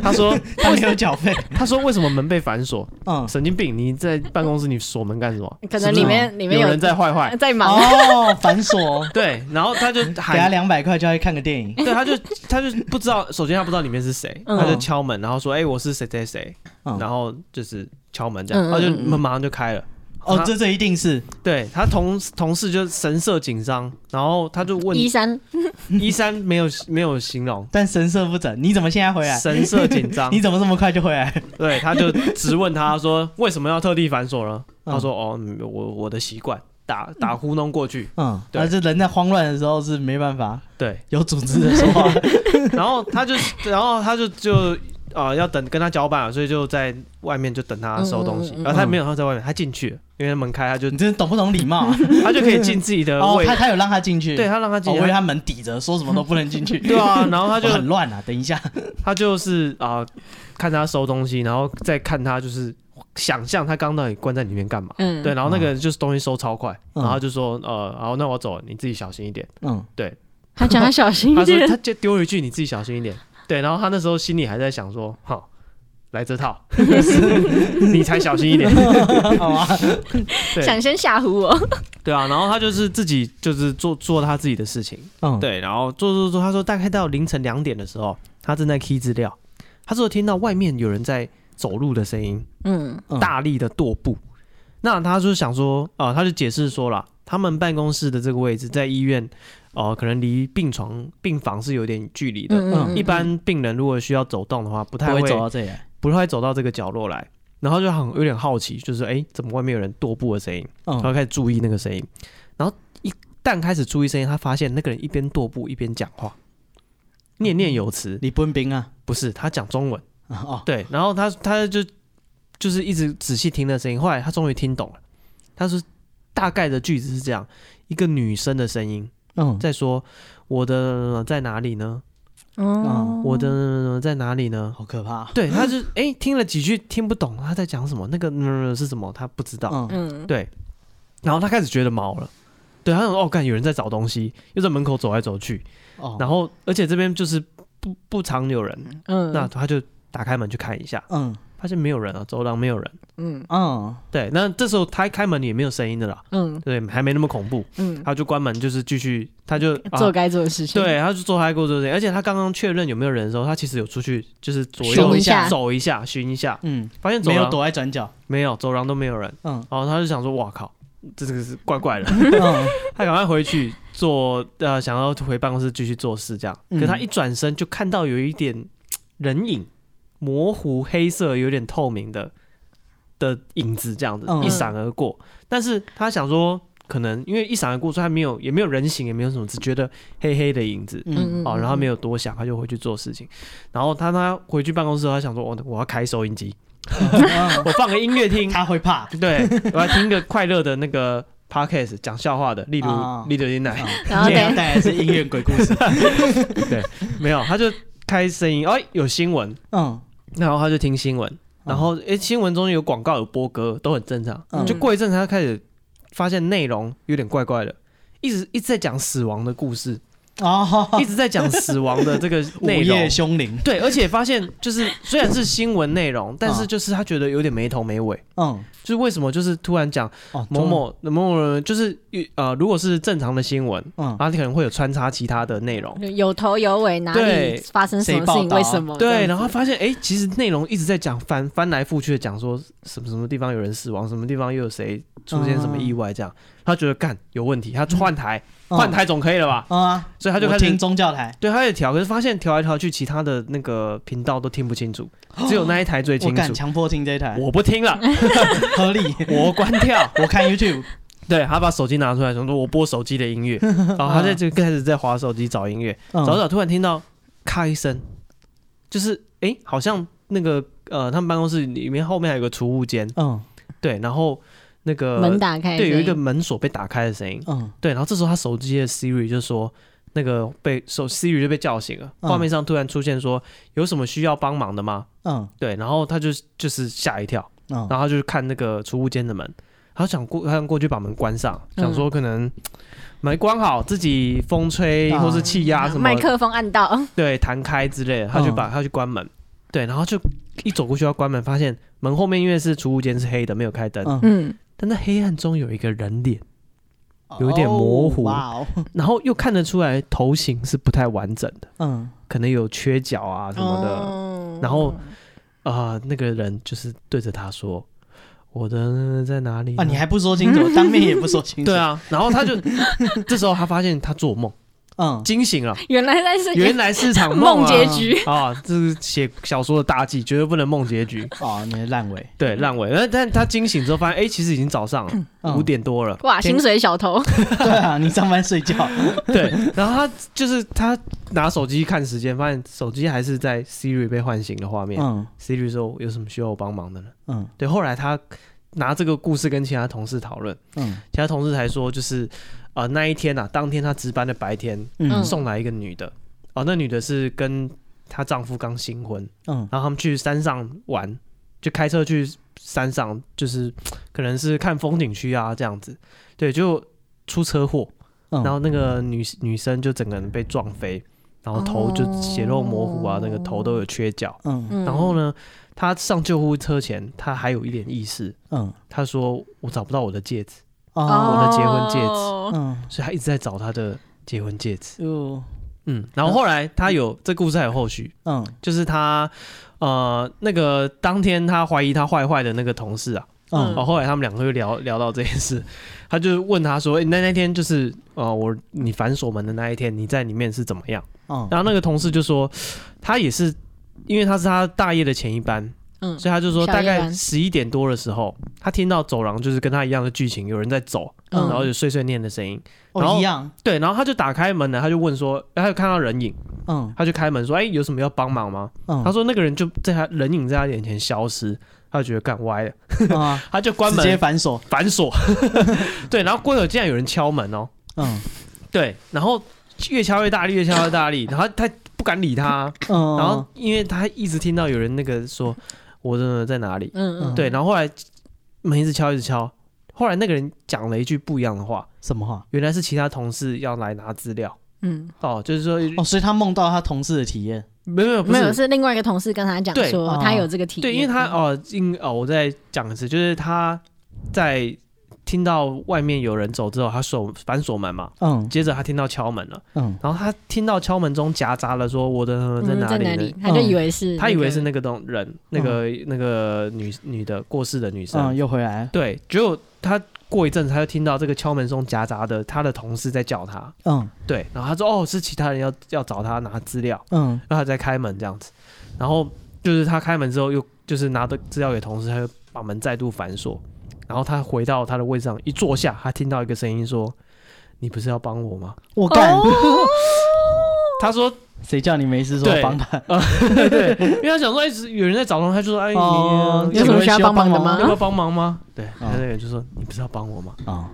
[SPEAKER 1] 他说，
[SPEAKER 2] 他没有缴费，
[SPEAKER 1] 他说为什么门被反锁？
[SPEAKER 2] 嗯，
[SPEAKER 1] 神经病！你在办公室你锁门干什么？
[SPEAKER 3] 可
[SPEAKER 1] 是
[SPEAKER 3] 能
[SPEAKER 1] 不是
[SPEAKER 3] 里面里面
[SPEAKER 1] 有人在坏坏。
[SPEAKER 3] 在忙，
[SPEAKER 2] 哦，繁琐，
[SPEAKER 1] 对，然后他就
[SPEAKER 2] 给他
[SPEAKER 1] 喊，
[SPEAKER 2] 两百块就要去看个电影，
[SPEAKER 1] 对，他就他就不知道，首先他不知道里面是谁，
[SPEAKER 3] 嗯
[SPEAKER 1] 他就敲门，然后说：“哎，我是谁谁谁。”
[SPEAKER 2] 嗯
[SPEAKER 1] 然后就是敲门这样，
[SPEAKER 3] 嗯嗯
[SPEAKER 1] 他就
[SPEAKER 3] 嗯嗯
[SPEAKER 1] 门马上就开了。
[SPEAKER 2] 哦
[SPEAKER 1] 他，
[SPEAKER 2] 这这一定是
[SPEAKER 1] 对他同同事就神色紧张，然后他就问
[SPEAKER 3] 一三
[SPEAKER 1] 一三没有没有形容，
[SPEAKER 2] 但神色不整，你怎么现在回
[SPEAKER 3] 啊
[SPEAKER 2] 来？
[SPEAKER 1] 神色紧 张
[SPEAKER 2] 你，怎么这么快就回来？
[SPEAKER 1] 对，他就直问他说：“为什么要特地反锁呢？”
[SPEAKER 2] 嗯
[SPEAKER 1] 他说：“哦，嗯我我的习惯，打打糊弄过去。
[SPEAKER 2] 嗯，
[SPEAKER 1] 对
[SPEAKER 2] 但是人在慌乱的时候是没办法”
[SPEAKER 1] 对，
[SPEAKER 2] 有组织的啊说 话，
[SPEAKER 1] 然后他就，然后他就就啊、呃要等跟他交办了，所以就在外面就等他收东西。
[SPEAKER 3] 嗯嗯嗯嗯
[SPEAKER 1] 然后他没有他在外面，他进去了，因为门开，他就
[SPEAKER 2] 你真的懂不懂 礼貌啊？
[SPEAKER 1] 他就可以进自己的
[SPEAKER 2] 哦，
[SPEAKER 1] 位，
[SPEAKER 2] 他他有让他进去，
[SPEAKER 1] 呃对他让他
[SPEAKER 2] 哦，
[SPEAKER 1] 进
[SPEAKER 2] 我
[SPEAKER 1] 去，
[SPEAKER 2] 以为
[SPEAKER 1] 他
[SPEAKER 2] 他门抵着，说什么都不能进去，
[SPEAKER 1] 对啊，然后他就
[SPEAKER 2] 我很乱啊。等一下，
[SPEAKER 1] 他就是啊、呃看他收东西，然后再看他就是想象他刚刚到底关在里面干嘛。
[SPEAKER 3] 嗯
[SPEAKER 1] 对，然后那个人就是东西收超快，
[SPEAKER 2] 嗯
[SPEAKER 1] 然后他就说呃，好，那我走了，你自己小心一点。
[SPEAKER 2] 嗯，
[SPEAKER 3] 他 讲他小心
[SPEAKER 1] 他
[SPEAKER 3] 一
[SPEAKER 1] 说
[SPEAKER 3] 点
[SPEAKER 1] 他，就丢了一句你自己小心一点。对，然后他那时候心里还在想说，好，来这套， 你才小心一点。
[SPEAKER 2] 好 啊，
[SPEAKER 3] 想
[SPEAKER 1] 对
[SPEAKER 3] 先吓唬我，
[SPEAKER 1] 对啊，然后他就是自己就是做做他自己的事情，
[SPEAKER 2] 嗯，
[SPEAKER 1] 对，然后做做做，他说大概到凌晨两点的时候，他正在 key 资料，他说听到外面有人在走路的声音，
[SPEAKER 3] 嗯
[SPEAKER 2] 嗯
[SPEAKER 1] 大力的跺步。那他就想说啊、他就解释说了，他们办公室的这个位置在医院，哦、可能离病床病房是有点距离的，
[SPEAKER 2] 嗯
[SPEAKER 1] 一般病人如果需要走动的话，不太
[SPEAKER 2] 不
[SPEAKER 1] 会
[SPEAKER 2] 会走到这里来，啊
[SPEAKER 1] 不太会走到这个角落来，然后就很有点好奇，就是哎、诶怎么外面有人跺步的声音？然后
[SPEAKER 2] 嗯，
[SPEAKER 1] 开始注意那个声音，然后一旦开始注意声音，他发现那个人一边跺步一边讲话，念念有词，
[SPEAKER 2] 李奔兵啊，
[SPEAKER 1] 不是他讲中文，
[SPEAKER 2] 哦，
[SPEAKER 1] 对，然后他他就就是一直仔细听那声音，后来他终于听懂了，他说大概的句子是这样，一个女生的声音
[SPEAKER 2] 嗯，
[SPEAKER 1] 在说我的在哪里呢？
[SPEAKER 3] 哦
[SPEAKER 2] 嗯
[SPEAKER 1] 啊我的在哪里呢？
[SPEAKER 2] 好可怕，
[SPEAKER 1] 对，他是哎、听了几句听不懂他在讲什么，那个、嗯、是什么他不知道，
[SPEAKER 2] 嗯，
[SPEAKER 3] 嗯，
[SPEAKER 1] 对，然后他开始觉得毛了，对他想说哦，看有人在找东西，又在门口走来走去，
[SPEAKER 2] 哦，
[SPEAKER 1] 然后而且这边就是不不常有人，
[SPEAKER 3] 嗯，
[SPEAKER 1] 那他就打开门去看一下，
[SPEAKER 2] 嗯
[SPEAKER 1] 发现没有人啊，走廊没有人，
[SPEAKER 3] 嗯
[SPEAKER 2] 嗯，
[SPEAKER 1] 对，那这时候他开门也没有声音的啦，
[SPEAKER 3] 嗯
[SPEAKER 1] 对，还没那么恐怖，
[SPEAKER 3] 嗯，
[SPEAKER 1] 他就关门就是继续，他就、啊
[SPEAKER 3] 做该做的事情，
[SPEAKER 1] 对，他就做他该做的事情，而且他刚刚确认有没有人的时候，他其实有出去就是左
[SPEAKER 2] 巡
[SPEAKER 1] 右
[SPEAKER 2] 一下
[SPEAKER 1] 走一下巡一下，
[SPEAKER 2] 嗯，
[SPEAKER 1] 发现走
[SPEAKER 2] 没有
[SPEAKER 1] 廊
[SPEAKER 2] 躲在转角，
[SPEAKER 1] 没有走廊都没有人，
[SPEAKER 2] 嗯
[SPEAKER 1] 然后他就想说哇靠，这个是怪怪的。
[SPEAKER 2] 嗯，
[SPEAKER 1] 他赶快回去做，呃，想要回办公室继续做事这样。
[SPEAKER 2] 嗯
[SPEAKER 1] 可他一转身就看到有一点嘖人影，模糊黑色，有点透明的的影子这样子、
[SPEAKER 2] 嗯
[SPEAKER 1] 一闪而过。但是他想说，可能因为一闪而过，所以他没有也没有人形，也没有什么，只觉得黑黑的影子。
[SPEAKER 2] 嗯，
[SPEAKER 1] 哦，然后没有多想，他就回去做事情。然后他他回去办公室，他想说，我我要开收音机，
[SPEAKER 2] 嗯
[SPEAKER 1] 我放个音乐听，
[SPEAKER 2] 他会怕，
[SPEAKER 1] 对， 我要听个快乐的那个 podcast 讲笑话的，例如
[SPEAKER 2] 啊
[SPEAKER 1] Leader 林奶，
[SPEAKER 3] 然后
[SPEAKER 2] 今天要
[SPEAKER 3] 等
[SPEAKER 2] 带来是音乐鬼故事，
[SPEAKER 1] 没有，他就开声音，哎，有新闻，
[SPEAKER 2] 嗯
[SPEAKER 1] 然后他就听新闻，然后诶、新闻中有广告有播歌，都很正常。
[SPEAKER 2] 啊嗯
[SPEAKER 1] 就过一阵子，他开始发现内容有点怪怪的，一直一直在讲死亡的故事，
[SPEAKER 2] 哦，
[SPEAKER 1] 一直在讲死亡的这个
[SPEAKER 2] 午
[SPEAKER 1] 内容
[SPEAKER 2] 夜。凶铃，
[SPEAKER 1] 对，而且发现就是虽然是新闻内容，但是
[SPEAKER 2] 嗯
[SPEAKER 1] 就是他觉得有点没头没尾，
[SPEAKER 2] 嗯，
[SPEAKER 1] 就是为什么就是突然讲
[SPEAKER 2] 哦，
[SPEAKER 1] 某某某某人就是呃，如果是正常的新闻，
[SPEAKER 2] 嗯
[SPEAKER 1] 然后你可能会有穿插其他的内容，
[SPEAKER 3] 就嗯有头有尾，哪里
[SPEAKER 1] 对
[SPEAKER 3] 发生什么事
[SPEAKER 2] 谁报
[SPEAKER 3] 情，
[SPEAKER 2] 道
[SPEAKER 3] 为什么？这样
[SPEAKER 1] 啊对，
[SPEAKER 3] 子
[SPEAKER 1] 然后发现哎、诶其实内容一直在讲翻翻来覆去的讲说什么什么地方有人死亡，什么地方又有谁出现什么意外这样，他觉得干有问题，他换台
[SPEAKER 2] 嗯
[SPEAKER 1] 换、台总可以了吧？
[SPEAKER 2] 嗯啊，
[SPEAKER 1] 所以他就开
[SPEAKER 2] 我听
[SPEAKER 1] 始
[SPEAKER 2] 宗教台，
[SPEAKER 1] 对他也调，可是发现调来调去，其他的那个频道都听不清楚，只有那一台最
[SPEAKER 2] 哦我
[SPEAKER 1] 清
[SPEAKER 2] 敢
[SPEAKER 1] 楚。
[SPEAKER 2] 强迫听这一台，
[SPEAKER 1] 我不听 了，
[SPEAKER 2] 合理，
[SPEAKER 1] 我关掉。
[SPEAKER 2] 我看 YouTube，
[SPEAKER 1] 对他把手机拿出来，想说我播手机的音 乐，然后他在就开始在划手机找音乐，
[SPEAKER 2] 嗯
[SPEAKER 1] 找找突然听到咔一声，就是诶，好像那个呃，他们办公室里面后面还有个储物间，
[SPEAKER 2] 嗯
[SPEAKER 1] 对，然后那个
[SPEAKER 3] 嗯门打开，
[SPEAKER 1] 呃对有一个门锁被打开的声音，
[SPEAKER 2] 嗯
[SPEAKER 1] 对，然后这时候他手机的 Siri 就说。那个被手 Siri 就被叫醒了，
[SPEAKER 2] 嗯
[SPEAKER 1] 画面上突然出现说有什么需要帮忙的吗？
[SPEAKER 2] 嗯
[SPEAKER 1] 对，然后他就就是吓一跳，
[SPEAKER 2] 嗯，
[SPEAKER 1] 然后他就看那个储物间的门，他想过，他想过去把门关上，
[SPEAKER 3] 嗯
[SPEAKER 1] 想说可能门关好，自己风吹
[SPEAKER 2] 啊
[SPEAKER 1] 或是气压什么
[SPEAKER 3] 麦，克风按到，嗯
[SPEAKER 1] 对，弹开之类的，他就
[SPEAKER 2] 嗯
[SPEAKER 1] 把他去关门，对，然后就一走过去要关门，发现门后面因为是储物间是黑的，没有开灯，
[SPEAKER 2] 嗯
[SPEAKER 3] 嗯，
[SPEAKER 1] 但那黑暗中有一个人脸，有点模糊
[SPEAKER 2] 哦哇哦，
[SPEAKER 1] 然后又看得出来头型是不太完整的，
[SPEAKER 2] 嗯，
[SPEAKER 1] 可能有缺角啊什么的，
[SPEAKER 3] 哦
[SPEAKER 1] 然后啊、那个人就是对着他说：“我的在哪里呢？”
[SPEAKER 2] 啊，你还不说清楚，当面也不说清楚，
[SPEAKER 1] 对，啊，然后他就 这时候他发现他做梦
[SPEAKER 2] 嗯，
[SPEAKER 1] 惊醒 了，
[SPEAKER 3] 原来那是
[SPEAKER 1] 原来是场
[SPEAKER 3] 梦
[SPEAKER 1] 啊
[SPEAKER 3] 结局，
[SPEAKER 1] 啊，这是写小说的大忌，绝对不能梦结局。
[SPEAKER 2] 哦，你的烂尾，
[SPEAKER 1] 对，烂尾。但但他惊醒之后发现，哎，其实已经早上了，
[SPEAKER 2] 嗯
[SPEAKER 1] 五，点多了。
[SPEAKER 3] 哇，
[SPEAKER 1] 天
[SPEAKER 3] 薪水小偷，
[SPEAKER 2] 对啊，你上班睡觉，
[SPEAKER 1] 对，然后他就是他拿手机看时间，发现手机还是在 Siri 被唤醒的画面。
[SPEAKER 2] 嗯
[SPEAKER 1] Siri 说有什么需要我帮忙的呢？
[SPEAKER 2] 嗯
[SPEAKER 1] 对，后来他拿这个故事跟其他同事讨论，
[SPEAKER 2] 嗯
[SPEAKER 1] 其他同事才说就是，呃，那一天啊，当天他值班的白天，
[SPEAKER 2] 嗯
[SPEAKER 1] 送来一个女的，哦，那女的是跟她丈夫刚新婚，
[SPEAKER 2] 嗯
[SPEAKER 1] 然后他们去山上玩，就开车去山上，就是可能是看风景区啊这样子，对，就出车祸，
[SPEAKER 2] 嗯，
[SPEAKER 1] 然后那个女女生就整个人被撞飞，然后头就血肉模糊啊，那个头都有缺角，
[SPEAKER 2] 嗯
[SPEAKER 3] 嗯
[SPEAKER 1] 然后呢，她上救护车前，她还有一点意识，
[SPEAKER 2] 嗯
[SPEAKER 1] 她说我找不到我的戒指，
[SPEAKER 2] 哦
[SPEAKER 1] 我的结婚戒指
[SPEAKER 3] 哦
[SPEAKER 2] 嗯
[SPEAKER 1] 所以她一直在找她的结婚戒指，
[SPEAKER 2] 就
[SPEAKER 1] 嗯，然后后来她有这故事还有后续。
[SPEAKER 2] 嗯
[SPEAKER 1] 就是他呃那个当天他怀疑他坏坏的那个同事啊，
[SPEAKER 2] 嗯
[SPEAKER 1] 哦，后来他们两个就聊聊到这件事，他就问他说，欸那那天就是呃我你反锁门的那一天，你在里面是怎么样？
[SPEAKER 2] 嗯
[SPEAKER 1] 然后那个同事就说，他也是因为他是他大夜的前一班。
[SPEAKER 3] 嗯
[SPEAKER 1] 所以他就说，
[SPEAKER 3] 小夜
[SPEAKER 1] 大概
[SPEAKER 3] 班
[SPEAKER 1] 十一点多的时候，他听到走廊就是跟他一样的剧情，有人在走，
[SPEAKER 3] 嗯
[SPEAKER 1] 然后有碎碎念的声音。然
[SPEAKER 2] 哦
[SPEAKER 1] 后
[SPEAKER 2] 一样，
[SPEAKER 1] 对，然后他就打开门了，他就问说，他就看到人影，
[SPEAKER 2] 嗯
[SPEAKER 1] 他就开门说：“哎、有什么要帮忙吗？”
[SPEAKER 2] 嗯，
[SPEAKER 1] 他说那个人就在他人影在他眼前消失，他就觉得干歪了，
[SPEAKER 2] 说啊，
[SPEAKER 1] 他就关
[SPEAKER 2] 直接
[SPEAKER 1] 门
[SPEAKER 2] 反锁，
[SPEAKER 1] 反锁。 对，然后过一会儿竟然有人敲门哦，
[SPEAKER 2] 嗯
[SPEAKER 1] 对，然后越敲越大力，越敲越大力，然后他他不敢理他，啊
[SPEAKER 2] 嗯，
[SPEAKER 1] 然后因为他一直听到有人那个说我的在哪里，
[SPEAKER 3] 嗯嗯，
[SPEAKER 1] 对，然后后来门一直敲一直敲，后来那个人讲了一句不一样的话，
[SPEAKER 2] 什么话？
[SPEAKER 1] 原来是其他同事要来拿资料
[SPEAKER 3] 嗯，
[SPEAKER 1] 哦，就是说
[SPEAKER 2] 哦，所以他梦到他同事的体验，
[SPEAKER 1] 没有没有啊不
[SPEAKER 3] 没有
[SPEAKER 1] 是。
[SPEAKER 3] 是另外一个同事跟他讲
[SPEAKER 1] 对
[SPEAKER 3] 说
[SPEAKER 2] 哦
[SPEAKER 3] 他有这个体验，嗯
[SPEAKER 1] 对，因为他哦，因哦，我再讲一次，就是他在听到外面有人走之后，他锁反锁门嘛，
[SPEAKER 2] 嗯
[SPEAKER 1] 接着他听到敲门了，
[SPEAKER 2] 嗯
[SPEAKER 1] 然后他听到敲门中夹杂了说我的呃
[SPEAKER 3] 嗯
[SPEAKER 1] 在哪
[SPEAKER 3] 在
[SPEAKER 1] 里
[SPEAKER 3] 哪
[SPEAKER 1] 呢？嗯
[SPEAKER 3] 里，他就以为是
[SPEAKER 1] 他以为是
[SPEAKER 3] 那
[SPEAKER 1] 那个东人，那个、那个女女的过世的女生，
[SPEAKER 2] 嗯，又回来了，
[SPEAKER 1] 对，结果他过一阵子他就听到这个敲门中夹杂的他的同事在叫他，
[SPEAKER 2] 嗯
[SPEAKER 1] 对，然后他说哦是其他人要要找他拿资料，
[SPEAKER 2] 嗯
[SPEAKER 1] 然后他再开门这样子，然后就是他开门之后又就是拿的资料给同事，他就把门再度反锁，然后他回到他的位置上一坐下，他听到一个声音说：“你不是要帮我吗
[SPEAKER 2] 我
[SPEAKER 3] 个
[SPEAKER 2] 干，
[SPEAKER 3] 哦
[SPEAKER 1] 他说
[SPEAKER 2] 谁叫你没事说
[SPEAKER 1] 对
[SPEAKER 2] 帮他？：“
[SPEAKER 1] 对，因为他想说哎，有人在找他，他就说：‘哎，你
[SPEAKER 2] 哦
[SPEAKER 1] 呃
[SPEAKER 3] 有什么需要帮忙的
[SPEAKER 2] 请问需要帮忙
[SPEAKER 1] 要不
[SPEAKER 3] 吗
[SPEAKER 1] 要？帮忙吗？’对，他那个人就说：‘你不是要帮我吗
[SPEAKER 2] 哦，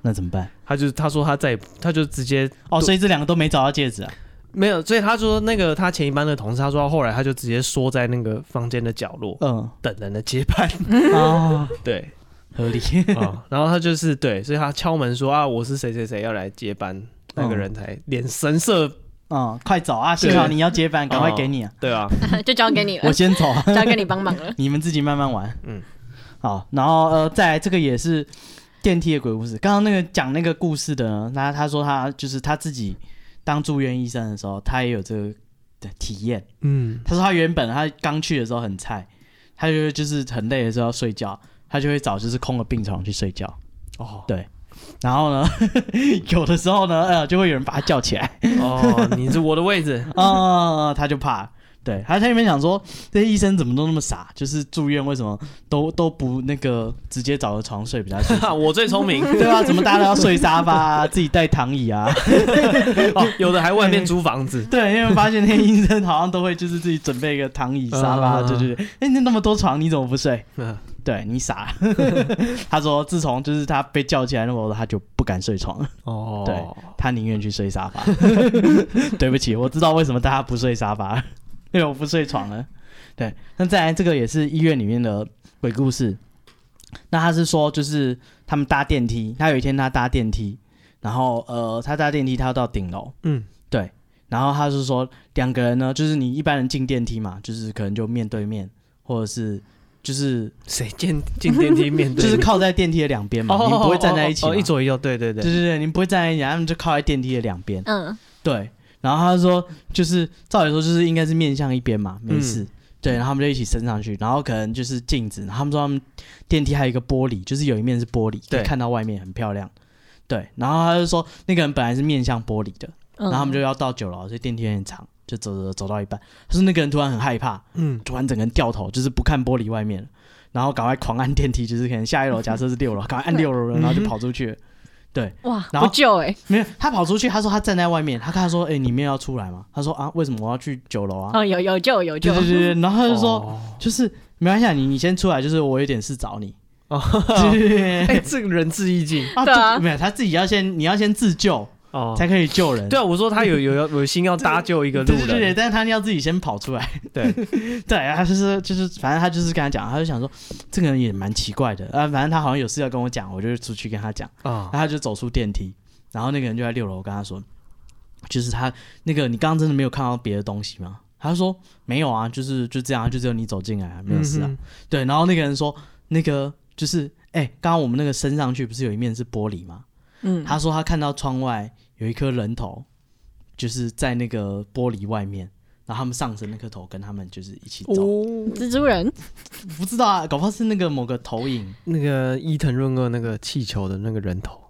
[SPEAKER 2] 那怎么办？？’
[SPEAKER 1] 他就他说他再也他就直接
[SPEAKER 2] 哦，所以这两个都没找到戒指啊。
[SPEAKER 1] 没有，所以他说那个他前一班的同事，他说他后来他就直接缩在那个房间的角落
[SPEAKER 2] 嗯
[SPEAKER 1] 等人的接班，
[SPEAKER 2] 啊，
[SPEAKER 1] 对
[SPEAKER 2] 合理。
[SPEAKER 1] 啊、 然后他就是对，所以他敲门说啊，我是谁谁谁要来接班，那个人才脸神色
[SPEAKER 2] 嗯，快走啊！幸好你要接班，赶快给你啊！
[SPEAKER 1] 对啊，
[SPEAKER 3] 就交给你了
[SPEAKER 2] 我，先走啊，
[SPEAKER 3] 交给你帮忙了。
[SPEAKER 2] 你们自己慢慢玩。
[SPEAKER 1] 嗯
[SPEAKER 2] 嗯，好，然后呃，再来这个也是电梯的鬼故事。刚刚那个讲那个故事的呢，那他说他就是他自己当住院医生的时候，他也有这个的体验。
[SPEAKER 1] 嗯，
[SPEAKER 2] 他说他原本他刚去的时候很菜，他就会就是很累的时候要睡觉，他就会找就是空的病床去睡觉。
[SPEAKER 1] 哦
[SPEAKER 2] 然后呢， 有的时候呢，呃，就会有人把他叫起来，
[SPEAKER 1] 哦，你是我的位置，
[SPEAKER 2] 啊，他就怕。对，他在那边想说，这些医生怎么都那么傻，就是住院为什么都都不那个直接找个床睡比较 舒服，
[SPEAKER 1] 哈我最聪明
[SPEAKER 2] 对啊，怎么大家都要睡沙发、 啊，自己带躺椅啊？
[SPEAKER 1] 哦，有的还外面租房子，
[SPEAKER 2] 对，因为发现那些医生好像都会就是自己准备一个躺椅、沙发，
[SPEAKER 1] 嗯
[SPEAKER 2] 对对对。哎、那那么多床你怎么不睡？
[SPEAKER 1] 嗯
[SPEAKER 2] 对你傻。他说，自从就是他被叫起来那后，他就不敢睡床了，
[SPEAKER 1] 哦，
[SPEAKER 2] 对他宁愿去睡沙发。 对不起，我知道为什么大家不睡沙发，因为我不睡床了。对，那再来这个也是医院里面的鬼故事。那他是说，就是他们搭电梯，他有一天他搭电梯，然后呃，他搭电梯他要到顶楼，
[SPEAKER 1] 嗯，
[SPEAKER 2] 对，然后他是说两个人呢，就是你一般人进电梯嘛，就是可能就面对面，或者是就是
[SPEAKER 1] 谁进进电梯面对
[SPEAKER 2] 就是靠在电梯的两边嘛，你不会站在一起
[SPEAKER 1] 哦
[SPEAKER 2] 嘛，
[SPEAKER 1] 哦一左一右，对对
[SPEAKER 2] 对
[SPEAKER 1] 对，
[SPEAKER 2] 对对，你不会站在一起，他们就靠在电梯的两边，
[SPEAKER 3] 嗯，
[SPEAKER 2] 对，然后他说就是照理说就是应该是面向一边嘛，没事。对，然后他们就一起升上去，然后可能就是镜子，然后他们说他们电梯还有一个玻璃，就是有一面是玻璃，可
[SPEAKER 1] 对
[SPEAKER 2] 以看到外面很漂亮。对，然后他就说那个人本来是面向玻璃的，
[SPEAKER 3] 然
[SPEAKER 2] 然后他们就要到九楼，所以电梯有点长，就走走走走到一半，他说那个人突然很害怕，
[SPEAKER 1] 嗯，
[SPEAKER 2] 突然整个人掉头，就是不看玻璃外面了，然后赶快狂按电梯，就是可能下一楼假设是六楼，赶快按六楼了，然后就跑出去了。
[SPEAKER 3] 哇，
[SPEAKER 2] 然
[SPEAKER 3] 不
[SPEAKER 2] 后
[SPEAKER 3] 救哎，
[SPEAKER 2] 没有，他跑出去，他说他站在外面，他跟他说：“哎、你们要出来吗？”他说：“啊，为什么我要去九楼啊
[SPEAKER 3] 哦，有有救有？”
[SPEAKER 2] 对
[SPEAKER 3] 救，
[SPEAKER 2] 对对对，然后他就说：“
[SPEAKER 1] 哦
[SPEAKER 2] 就是没关系啊，你你先出来，就是我有点事找你。
[SPEAKER 1] 哦”
[SPEAKER 2] 对 对对
[SPEAKER 1] 哎，
[SPEAKER 2] 对
[SPEAKER 1] 这个人质意境
[SPEAKER 2] 啊，
[SPEAKER 3] 对啊
[SPEAKER 2] 对没有，他自己要先，你要先自救
[SPEAKER 1] 哦，
[SPEAKER 2] 才可以救人。
[SPEAKER 1] 对啊，我啊说他有有有有心要搭救一个路
[SPEAKER 2] 对对对对，
[SPEAKER 1] 人，
[SPEAKER 2] 但是他要自己先跑出来。
[SPEAKER 1] 对
[SPEAKER 2] 对，他就是就是，反正他就是跟他讲，他就想说这个人也蛮奇怪的啊，反正他好像有事要跟我讲，我就出去跟他讲。
[SPEAKER 1] 啊
[SPEAKER 2] 然后他就走出电梯，然后那个人就在六楼跟他说，就是他那个你刚刚真的没有看到别的东西吗？他就说没有啊，就是就这样啊，就只有你走进来啊，没有事啊。
[SPEAKER 1] 嗯
[SPEAKER 2] 对，然后那个人说那个就是哎，刚刚我们那个升上去不是有一面是玻璃吗？
[SPEAKER 3] 嗯，
[SPEAKER 2] 他说他看到窗外有一颗人头，就是在那个玻璃外面。然后他们上升那颗头跟他们就是一起
[SPEAKER 1] 哼
[SPEAKER 2] 走，
[SPEAKER 1] 哦，
[SPEAKER 3] 蜘蛛人，
[SPEAKER 2] 不知道啊，搞不好是那个某个投影，
[SPEAKER 1] 那个伊藤润二那个气球的那个人头，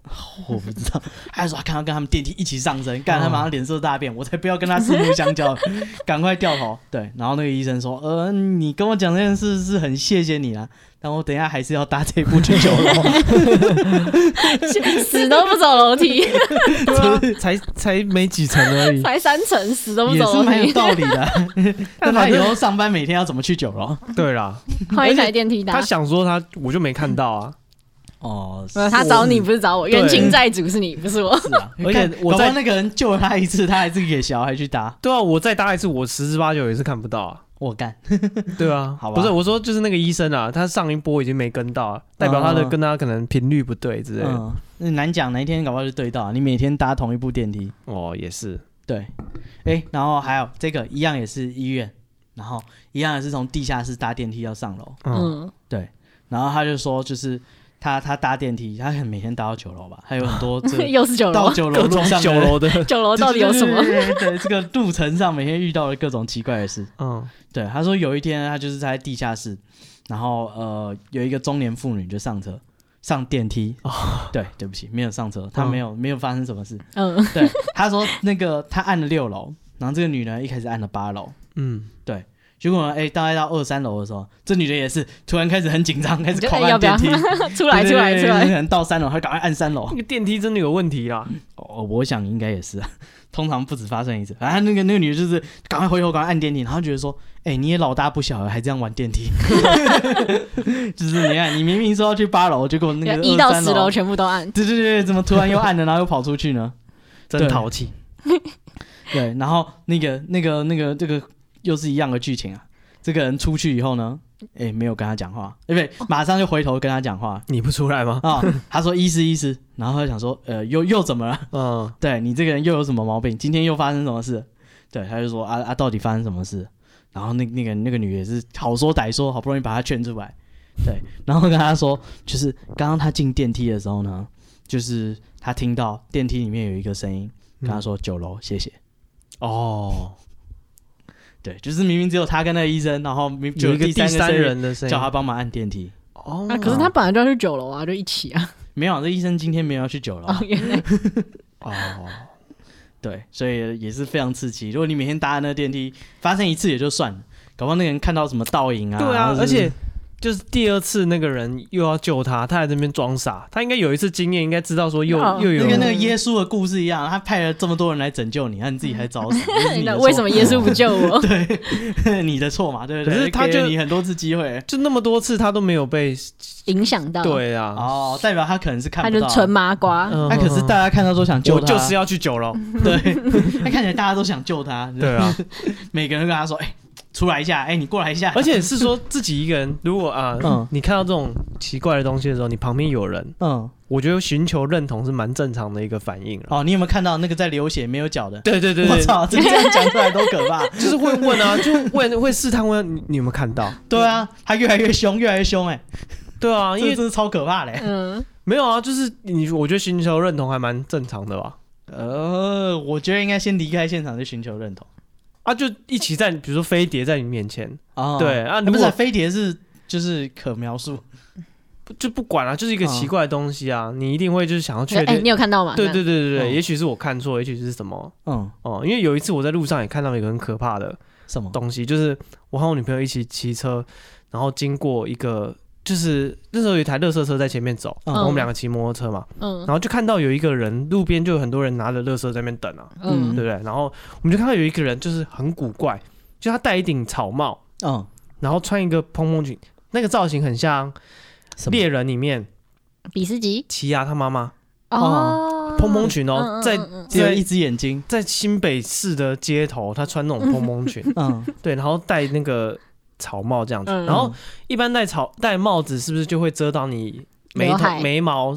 [SPEAKER 2] 我不知道。他就说他看到跟他们电梯一起上升，
[SPEAKER 1] 哦
[SPEAKER 2] 干他马上脸色大变，我才不要跟他四目 相交，赶快掉头。对，然后那个医生说，呃，你跟我讲这件事是很谢谢你啦，啊但我等一下还是要搭这一步去 九楼。
[SPEAKER 3] 死都不走楼梯，
[SPEAKER 1] 对啊， 才才没几层而已，
[SPEAKER 3] 才三层，死都不
[SPEAKER 2] 也
[SPEAKER 3] 走
[SPEAKER 2] 是
[SPEAKER 3] 楼
[SPEAKER 2] 蛮有
[SPEAKER 3] 梯，
[SPEAKER 2] 道理 的。那他以后上班每天要怎么去九楼？
[SPEAKER 1] 对啦，
[SPEAKER 3] 换一台电梯
[SPEAKER 1] 他
[SPEAKER 3] 搭。
[SPEAKER 1] 想说他我就没看到啊，
[SPEAKER 2] 哦，是
[SPEAKER 3] 没有，他找你不是找我，
[SPEAKER 1] 对
[SPEAKER 3] 冤亲债主是你不是我。
[SPEAKER 2] 啊，
[SPEAKER 1] 而且
[SPEAKER 2] 看
[SPEAKER 1] 我
[SPEAKER 2] 搞不
[SPEAKER 1] 在
[SPEAKER 2] 好那个人救了他一次，他还是给小孩去搭。
[SPEAKER 1] 对啊，我再搭一次，我十之八九也是看不到啊，
[SPEAKER 2] 我干，
[SPEAKER 1] 对啊，
[SPEAKER 2] 好吧
[SPEAKER 1] 不是我说就是那个医生啊，他上一波已经没跟到啊，代表他的
[SPEAKER 2] 嗯
[SPEAKER 1] 跟他可能频率不对之类的，
[SPEAKER 2] 嗯，那难讲，哪一天搞不好就对到。你每天搭同一部电梯，
[SPEAKER 1] 哦，也是，
[SPEAKER 2] 对，哎，然后还有这个一样也是医院，然后一样也是从地下室搭电梯要上楼，
[SPEAKER 1] 嗯
[SPEAKER 3] 嗯，
[SPEAKER 2] 然后他就说就是他他搭电梯，他很每天搭到九楼吧，还有很多 这
[SPEAKER 3] 嗯又是九
[SPEAKER 2] 到
[SPEAKER 3] 楼，
[SPEAKER 2] 九楼
[SPEAKER 1] 各
[SPEAKER 2] 路
[SPEAKER 1] 种
[SPEAKER 2] 上
[SPEAKER 1] 九楼的，
[SPEAKER 3] 九楼
[SPEAKER 2] 楼
[SPEAKER 3] 到底有什么？
[SPEAKER 2] 对对对对这个路程上每天遇到的各种奇怪的事。
[SPEAKER 1] 嗯
[SPEAKER 2] 对，他说有一天他就是在地下室，然后呃有一个中年妇女就上车上电梯，
[SPEAKER 3] 哦
[SPEAKER 2] 对，对不起，没有上车，她没有、没有发生什么事。
[SPEAKER 3] 嗯，
[SPEAKER 2] 对，他说那个他按了六楼，然后这个女人一开始按了八楼。
[SPEAKER 1] 嗯，
[SPEAKER 2] 结果呢，哎、大概到二三楼的时候，这女的也是突然开始很紧张，开始
[SPEAKER 3] 就
[SPEAKER 2] 狂
[SPEAKER 3] 哎要
[SPEAKER 2] 按
[SPEAKER 3] 不要
[SPEAKER 2] 电梯，
[SPEAKER 3] 出来出来
[SPEAKER 2] 对对对
[SPEAKER 3] 出
[SPEAKER 2] 对可
[SPEAKER 3] 来，
[SPEAKER 2] 能到三楼，她赶快按三楼
[SPEAKER 1] 那。个电梯真的有问题啊啦，
[SPEAKER 2] 哦，我想应该也是啊， 通常不止发生一次。反正那个那个女的就是赶快回头，赶快按电梯，然后觉得说，哎、你也老大不小了，还这样玩电梯， 就是你看，你明明说要去八楼，结果那个
[SPEAKER 3] 一
[SPEAKER 2] 二
[SPEAKER 3] 到
[SPEAKER 2] 三
[SPEAKER 3] 十楼全部都按。
[SPEAKER 2] 对对对，怎么突然又按了，然后又跑出去呢？
[SPEAKER 1] 真
[SPEAKER 2] 对
[SPEAKER 1] 淘气，
[SPEAKER 2] 对，然后那个那个那个这个又是一样的剧情啊。这个人出去以后呢，哎、没有跟他讲话，哎、不对，马上就回头跟他讲话
[SPEAKER 1] 你不出来吗？
[SPEAKER 2] 啊、他说医师医师，然后他想说，呃，又又怎么了？
[SPEAKER 1] 嗯，
[SPEAKER 2] 对你这个人又有什么毛病？今天又发生什么事？对，他就说啊啊，到底发生什么事？然后那那个那个女也是好说歹说，好不容易把他劝出来。对，然后跟他说，就是刚刚他进电梯的时候呢，就是他听到电梯里面有一个声音，跟他说九楼，谢谢。
[SPEAKER 1] 哦，
[SPEAKER 2] 对，就是明明只有他跟那个医生，然后明就
[SPEAKER 1] 有一个
[SPEAKER 2] 第
[SPEAKER 1] 第
[SPEAKER 2] 三
[SPEAKER 1] 三
[SPEAKER 2] 声音
[SPEAKER 1] 人的声音
[SPEAKER 2] 叫他帮忙按电梯。
[SPEAKER 1] 哦
[SPEAKER 3] 啊，可是他本来就要去九楼啊，就一起啊。
[SPEAKER 2] 没有，这医生今天没有要去九楼啊。
[SPEAKER 3] 哦， 原来
[SPEAKER 1] 哦，
[SPEAKER 2] 对，所以也是非常刺激。如果你每天搭那个电梯，发生一次也就算了，搞不好那个人看到什么倒影啊，
[SPEAKER 1] 对啊
[SPEAKER 2] 或，者
[SPEAKER 1] 而
[SPEAKER 2] 是
[SPEAKER 1] 且就是第二次那个人又要救他，他还在那边装傻，他应该有一次经验，应该知道说又
[SPEAKER 3] 哦
[SPEAKER 1] 又有
[SPEAKER 2] 就跟那
[SPEAKER 1] 人
[SPEAKER 2] 个耶稣的故事一样，他派了这么多人来拯救你，那你自己还 找死，这是你的
[SPEAKER 3] 那
[SPEAKER 2] 错
[SPEAKER 3] 为什么耶稣 不救我？
[SPEAKER 2] 你的错嘛？对不对？
[SPEAKER 1] 可是他
[SPEAKER 2] 给了
[SPEAKER 1] 就啊
[SPEAKER 2] 你很多次机会
[SPEAKER 1] 就那么多次他都没有被
[SPEAKER 3] 影响到，，
[SPEAKER 1] 对啊，
[SPEAKER 2] 哦，代表他可能是看
[SPEAKER 3] 他
[SPEAKER 2] 不
[SPEAKER 3] 就
[SPEAKER 2] 到，
[SPEAKER 3] 纯麻瓜。
[SPEAKER 1] 嗯
[SPEAKER 2] 他可是大家看到都想救
[SPEAKER 1] 我
[SPEAKER 2] 他，
[SPEAKER 1] 就是要去九 楼，
[SPEAKER 2] 对， 他看起来大家都想救他，
[SPEAKER 1] 对啊，
[SPEAKER 2] 每个人都跟他说，哎，出来一下，哎，你过来一下，
[SPEAKER 1] 而且是说自己一个人，如果啊
[SPEAKER 2] 嗯，
[SPEAKER 1] 你看到这种奇怪的东西的时候，你旁边有人，
[SPEAKER 2] 嗯，
[SPEAKER 1] 我觉得寻求认同是蛮正常的一个反应啊了。
[SPEAKER 2] 哦，你有没有看到那个在流血没有脚的？
[SPEAKER 1] 对对对
[SPEAKER 2] 我
[SPEAKER 1] 对，
[SPEAKER 2] 操，这这样讲出来多 可怕！
[SPEAKER 1] 就是会问啊，就问会试探问啊你你有没有看到？
[SPEAKER 2] 对啊，他越来越凶，越来越凶，哎，
[SPEAKER 1] 对啊，因
[SPEAKER 2] 这
[SPEAKER 1] 为
[SPEAKER 2] 真是超可怕嘞。
[SPEAKER 3] 嗯，
[SPEAKER 1] 没有啊，就是你我觉得寻求认同还蛮正常的吧。
[SPEAKER 2] 呃，我觉得应该先离开现场去寻求认同。
[SPEAKER 1] 啊，就一起在，比如说飞碟在你面前，
[SPEAKER 2] 哦
[SPEAKER 1] 对啊，
[SPEAKER 2] 那
[SPEAKER 1] 如
[SPEAKER 2] 不是啊
[SPEAKER 1] 果
[SPEAKER 2] 飞碟是就是可描述，
[SPEAKER 1] 就不管啊，就是一个奇怪的东西啊，你一定会就是想要确
[SPEAKER 3] 哎，
[SPEAKER 1] 定
[SPEAKER 3] 你。有看到吗？
[SPEAKER 1] 对对对对
[SPEAKER 2] 嗯
[SPEAKER 1] 对，也许是我看错，也许是什么
[SPEAKER 2] 嗯，
[SPEAKER 1] 哦、因为有一次我在路上也看到一个很可怕的
[SPEAKER 2] 什么？
[SPEAKER 1] 东西，就是我和我女朋友一起骑车，然后经过一个，就是那时候有一台垃圾车在前面走，
[SPEAKER 2] 嗯
[SPEAKER 1] 然后我们两个骑摩托车嘛，
[SPEAKER 3] 那，嗯
[SPEAKER 1] 然后就看到有一个人路边就有很多人拿着垃圾在那边等啊，对
[SPEAKER 3] 嗯
[SPEAKER 1] 不对？然后我们就看到有一个人就是很古怪，就他戴一顶草帽，
[SPEAKER 2] 嗯，
[SPEAKER 1] 然后穿一个蓬蓬裙，那个造型很像
[SPEAKER 2] 什么
[SPEAKER 1] 猎人里面
[SPEAKER 3] 比斯吉
[SPEAKER 1] 奇亚他妈妈
[SPEAKER 3] 哦，
[SPEAKER 1] 蓬蓬裙
[SPEAKER 3] 嗯
[SPEAKER 1] 哦，
[SPEAKER 3] 嗯
[SPEAKER 1] 在
[SPEAKER 3] 嗯
[SPEAKER 2] 只有
[SPEAKER 1] 在
[SPEAKER 2] 一只眼 睛。
[SPEAKER 1] 在新北市的街头，她穿那 种蓬蓬裙，
[SPEAKER 2] 嗯，
[SPEAKER 1] 对，然后戴那个草帽这样子，
[SPEAKER 3] 嗯
[SPEAKER 1] 然后一般戴草戴帽子是不是就会遮到你眉
[SPEAKER 3] 刘
[SPEAKER 1] 头
[SPEAKER 3] 海
[SPEAKER 1] 眉毛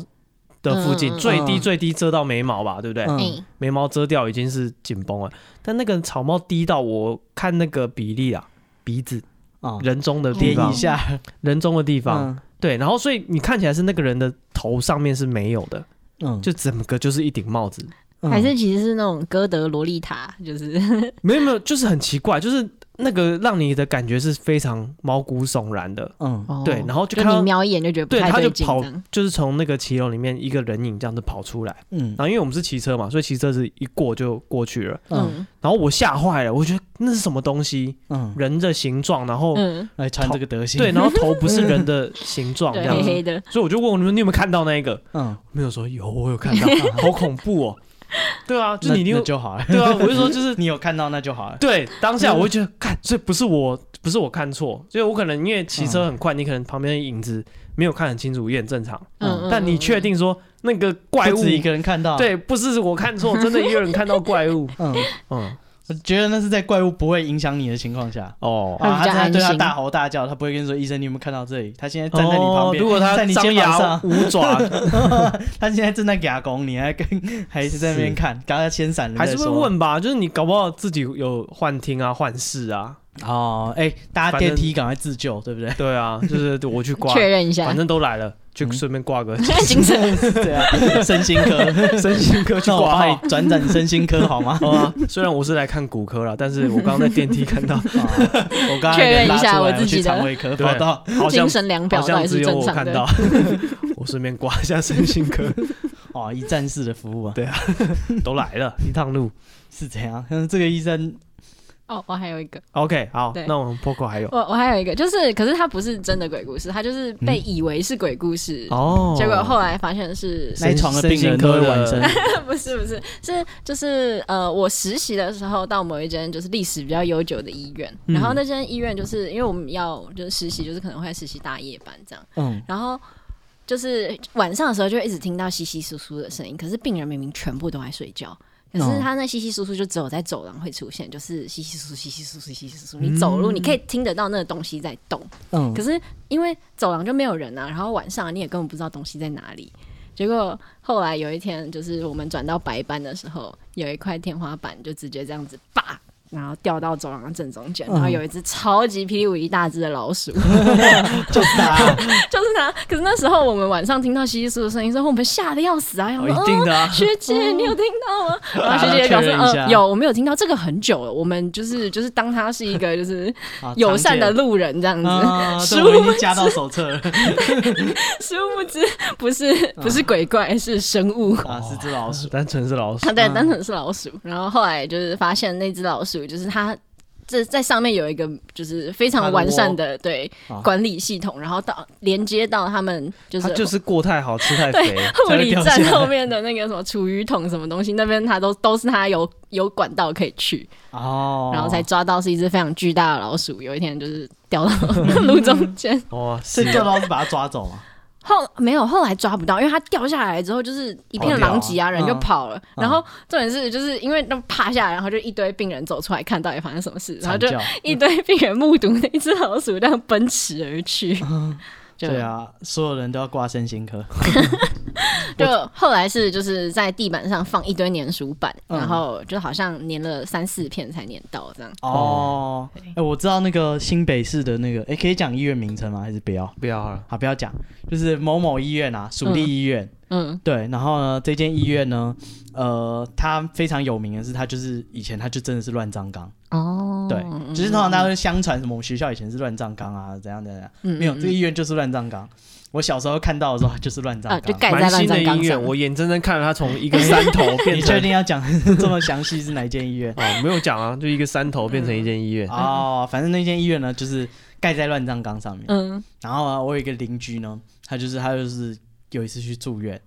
[SPEAKER 1] 的附近，
[SPEAKER 3] 嗯嗯嗯
[SPEAKER 1] 最低
[SPEAKER 2] 嗯
[SPEAKER 1] 最低遮到眉毛吧，对不对？
[SPEAKER 2] 嗯
[SPEAKER 3] 哎，
[SPEAKER 1] 眉毛遮掉已经是紧绷了，但那个草帽低到我看那个比例啊，鼻子
[SPEAKER 2] 啊，
[SPEAKER 1] 人中的地
[SPEAKER 2] 点
[SPEAKER 1] 方
[SPEAKER 2] 一，下，
[SPEAKER 1] 人中的地方，
[SPEAKER 2] 嗯
[SPEAKER 1] 对，然后所以你看起来是那个人的头上面是没有的，
[SPEAKER 2] 嗯，
[SPEAKER 1] 就整个就是一顶帽子，
[SPEAKER 2] 嗯
[SPEAKER 3] 还是其实是那种歌德萝莉塔，就是
[SPEAKER 1] 没有没有，就是很奇怪，就是那个让你的感觉是非常毛骨悚然的，
[SPEAKER 2] 嗯，
[SPEAKER 1] 对，然哦后就
[SPEAKER 3] 哦就
[SPEAKER 1] 看
[SPEAKER 3] 你
[SPEAKER 1] 到
[SPEAKER 3] 瞄一眼就觉得不
[SPEAKER 1] 对，
[SPEAKER 3] 太
[SPEAKER 1] 他就
[SPEAKER 3] 劲，
[SPEAKER 1] 跑
[SPEAKER 3] 这样，
[SPEAKER 1] 就是从那个骑楼里面一个人影这样子跑出来，
[SPEAKER 2] 嗯
[SPEAKER 1] 然后因为我们是骑车嘛，所以骑车是一过就过去了，
[SPEAKER 2] 嗯
[SPEAKER 3] 嗯
[SPEAKER 1] 然后我吓坏了，我觉得那是什么东西，
[SPEAKER 2] 嗯，
[SPEAKER 1] 人的形状，然后。
[SPEAKER 3] 嗯，
[SPEAKER 2] 来穿这个德行。
[SPEAKER 1] 对，然后头不是人的形状这
[SPEAKER 3] 对，
[SPEAKER 1] 样
[SPEAKER 3] 黑
[SPEAKER 1] 子，
[SPEAKER 3] 黑的，
[SPEAKER 1] 所以我就问我你们，你有没有看到那一个？
[SPEAKER 2] 嗯，
[SPEAKER 1] 没有说有，我有看到，好恐怖哦。对啊，就
[SPEAKER 2] 那
[SPEAKER 1] 你一定
[SPEAKER 2] 那
[SPEAKER 1] 会
[SPEAKER 2] 就好了。
[SPEAKER 1] 对啊，我就说就是
[SPEAKER 2] 你有看到那就好了。
[SPEAKER 1] 对当下，我会觉得，看这不是我，不是我看错，所以我可能因为骑车很快，你可能旁边的影子没有看很清楚，也很正常。
[SPEAKER 3] 嗯，
[SPEAKER 1] 但你确定说那个怪
[SPEAKER 2] 不
[SPEAKER 1] 物
[SPEAKER 2] 止一个人看到。，
[SPEAKER 1] 对，不是我看错，真的也有人看到怪 物。
[SPEAKER 2] 嗯，
[SPEAKER 1] 嗯，
[SPEAKER 2] 我觉得那是在怪物不会影响你的情况下。
[SPEAKER 1] 哦，
[SPEAKER 3] 会比
[SPEAKER 2] 啊，
[SPEAKER 3] 较
[SPEAKER 2] 他在对
[SPEAKER 3] 安
[SPEAKER 2] 他
[SPEAKER 3] 心
[SPEAKER 2] 大吼大叫，他不会跟你说医生，你有没有看到这里？他现在站在你旁
[SPEAKER 1] 哦
[SPEAKER 2] 边，
[SPEAKER 1] 如果他
[SPEAKER 2] 在你
[SPEAKER 1] 张
[SPEAKER 2] 肩膀
[SPEAKER 1] 牙
[SPEAKER 2] 上，
[SPEAKER 1] 舞爪，
[SPEAKER 2] 他现在正在牙弓，你还跟还是在那边看，刚刚先闪了
[SPEAKER 1] 还
[SPEAKER 2] 再
[SPEAKER 1] 是
[SPEAKER 2] 说。
[SPEAKER 1] 会问吧？就是你搞不好自己有幻听啊、幻视啊，
[SPEAKER 2] 哦，哎、搭电梯赶快自救，对不对？
[SPEAKER 1] 对啊，就是我去刮，
[SPEAKER 3] 确认一下
[SPEAKER 1] 反，正都来了，就
[SPEAKER 2] 嗯
[SPEAKER 1] 顺便挂个
[SPEAKER 3] 精神
[SPEAKER 2] 对啊，身心科，
[SPEAKER 1] 身心科去
[SPEAKER 2] 那我
[SPEAKER 1] 挂
[SPEAKER 2] 帮
[SPEAKER 1] 号。
[SPEAKER 2] 你转转身心科好 吗？
[SPEAKER 1] 好啊，虽然我是来看骨科啦，但是我刚刚在电梯看 到，
[SPEAKER 2] 哦我刚刚
[SPEAKER 3] 确认
[SPEAKER 2] 有点拉
[SPEAKER 3] 一下
[SPEAKER 2] 出来
[SPEAKER 3] 我
[SPEAKER 2] 哦我
[SPEAKER 3] 自己的
[SPEAKER 2] 去肠胃科
[SPEAKER 1] 对
[SPEAKER 2] 报道。
[SPEAKER 1] 好像
[SPEAKER 3] 精神量
[SPEAKER 1] 好
[SPEAKER 3] 表到
[SPEAKER 1] 像
[SPEAKER 3] 底
[SPEAKER 1] 只
[SPEAKER 3] 是
[SPEAKER 1] 有
[SPEAKER 3] 正
[SPEAKER 1] 我
[SPEAKER 3] 常
[SPEAKER 1] 看
[SPEAKER 3] 的
[SPEAKER 1] 到，， 我顺便刮一下身心科，
[SPEAKER 2] 哦，一站式的服务啊，
[SPEAKER 1] 对都来了一趟路。
[SPEAKER 2] 是这样。 嗯，这个医生，
[SPEAKER 3] 哦，我还有一个，
[SPEAKER 1] OK，好，
[SPEAKER 3] 对
[SPEAKER 1] 那我们 Poco 还有
[SPEAKER 3] 我我还有一个，就是可是它不是真的鬼故事，它就是被以为是鬼故事，
[SPEAKER 1] 哦
[SPEAKER 3] 结果后来发现是
[SPEAKER 2] 那一床的病人
[SPEAKER 1] 身心
[SPEAKER 2] 都
[SPEAKER 1] 科
[SPEAKER 2] 会
[SPEAKER 1] 的
[SPEAKER 2] 晚生。
[SPEAKER 3] 不是不是，是就是呃，我实习的时候到某一间就是历史比较悠久的医院，然后那间医院就是因为我们要就是实习，就是可能会实习大夜班这样，
[SPEAKER 2] 嗯，
[SPEAKER 3] 然后就是晚上的时候就一直听到稀稀疏疏的声音，可是病人明明全部都在睡觉。可是他那稀稀疏疏就只有在走廊会出现，就是稀稀疏疏、稀稀疏疏、稀稀疏疏。你走路你可以听得到那个东西在动，
[SPEAKER 2] 嗯
[SPEAKER 3] 可是因为走廊就没有人啊，然后晚上你也根本不知道东西在哪里。结果后来有一天，就是我们转到白班的时候，有一块天花板就直接这样子叭，然后掉到走廊的正中间，
[SPEAKER 2] 嗯
[SPEAKER 3] 然后有一只超级霹雳无敌大只的老鼠，
[SPEAKER 2] 就啊打，
[SPEAKER 3] 就是它。可是那时候我们晚上听到稀稀疏疏的声音，之后我们吓得要死啊，要
[SPEAKER 1] 哦，一定的 啊，
[SPEAKER 3] 学姐，你有听到吗？然后学姐表
[SPEAKER 2] 大家哦 啊确
[SPEAKER 3] 示，
[SPEAKER 2] 认一下
[SPEAKER 3] 呃，有，我们有听到这个很久了。我们就是就是当他是一个就是
[SPEAKER 2] 啊
[SPEAKER 3] 友善的。
[SPEAKER 2] 常见
[SPEAKER 3] 路人这样子，
[SPEAKER 2] 啊，
[SPEAKER 3] 食
[SPEAKER 2] 对，
[SPEAKER 3] 物
[SPEAKER 2] 我已经加到 手册了
[SPEAKER 3] 殊不知不是不
[SPEAKER 1] 嗯
[SPEAKER 3] 是鬼怪，是生物。
[SPEAKER 2] 啊，是只老鼠，
[SPEAKER 1] 单纯是老师
[SPEAKER 3] 啊，对，单纯是老鼠。然后后来就是发现那只老鼠，就是它这在上面有一个就是非常完善的对
[SPEAKER 2] 啊
[SPEAKER 3] 管理系统，然后到连接到他们就是
[SPEAKER 1] 他就是过太好吃 太肥，
[SPEAKER 3] 护
[SPEAKER 1] 才会
[SPEAKER 3] 理
[SPEAKER 1] 掉下
[SPEAKER 3] 站
[SPEAKER 1] 来
[SPEAKER 3] 后面的那个什么储鱼桶什么东西，那边它都都是它有有管道可以去。
[SPEAKER 2] 哦，
[SPEAKER 3] 然后才抓到是一只非常巨大的老鼠，有一天就是掉到 路中间。
[SPEAKER 1] 哇，
[SPEAKER 2] 是
[SPEAKER 1] 是
[SPEAKER 2] 掉到把它抓走嘛？
[SPEAKER 3] 后没有，后来抓不到，因为它掉下来之后就是一片狼藉啊，
[SPEAKER 2] 跑掉啊
[SPEAKER 3] 人就跑了。
[SPEAKER 2] 嗯
[SPEAKER 3] 然后重点是，就是因为那趴下来，然后就一堆病人走出来看到底发生什么 事，然后
[SPEAKER 2] 惨
[SPEAKER 3] 就
[SPEAKER 2] 叫，
[SPEAKER 3] 一堆病人目睹那只老鼠这样奔驰而去。 就
[SPEAKER 2] 对啊，所有人都要挂身心科，
[SPEAKER 3] 就后来是就是在地板上放一堆粘鼠板，
[SPEAKER 2] 嗯
[SPEAKER 3] 然后就好像粘了三四片才粘到这样。
[SPEAKER 2] 哦，哎、我知道那个新北市的那个，哎、可以讲医院名称吗？还是不要？
[SPEAKER 1] 不要了，
[SPEAKER 2] 好，不要讲，就是某某医院啊，属立医院。
[SPEAKER 3] 嗯
[SPEAKER 2] 对，然后呢，这间医院呢，呃，它非常有名的是，它就是以前它就真的是乱葬岗。
[SPEAKER 3] 哦
[SPEAKER 2] 对，就是通常大家会相传什么，我们学校以前是乱葬岗啊，怎样怎样。
[SPEAKER 3] 嗯
[SPEAKER 2] 没有，这个医院就是乱葬岗。我小时候看到的时候，它就是乱葬
[SPEAKER 3] 啊，就
[SPEAKER 2] 岗。
[SPEAKER 3] 盖在
[SPEAKER 1] 蛮
[SPEAKER 3] 乱
[SPEAKER 1] 新的
[SPEAKER 3] 葬
[SPEAKER 1] 医
[SPEAKER 3] 岗
[SPEAKER 1] 院，
[SPEAKER 3] 上。
[SPEAKER 1] 我眼睁睁看着他从一个山头变
[SPEAKER 2] 你确
[SPEAKER 1] 成
[SPEAKER 2] 定要讲这么详细是哪一间 医院？
[SPEAKER 1] 哦，没有讲啊，就一个山头变成一间医院，
[SPEAKER 2] 哦，反正那间医院呢，就是盖在乱葬岗上面。
[SPEAKER 3] 嗯
[SPEAKER 2] 然后啊，我有一个邻居呢，他就是他就是有一次去住院，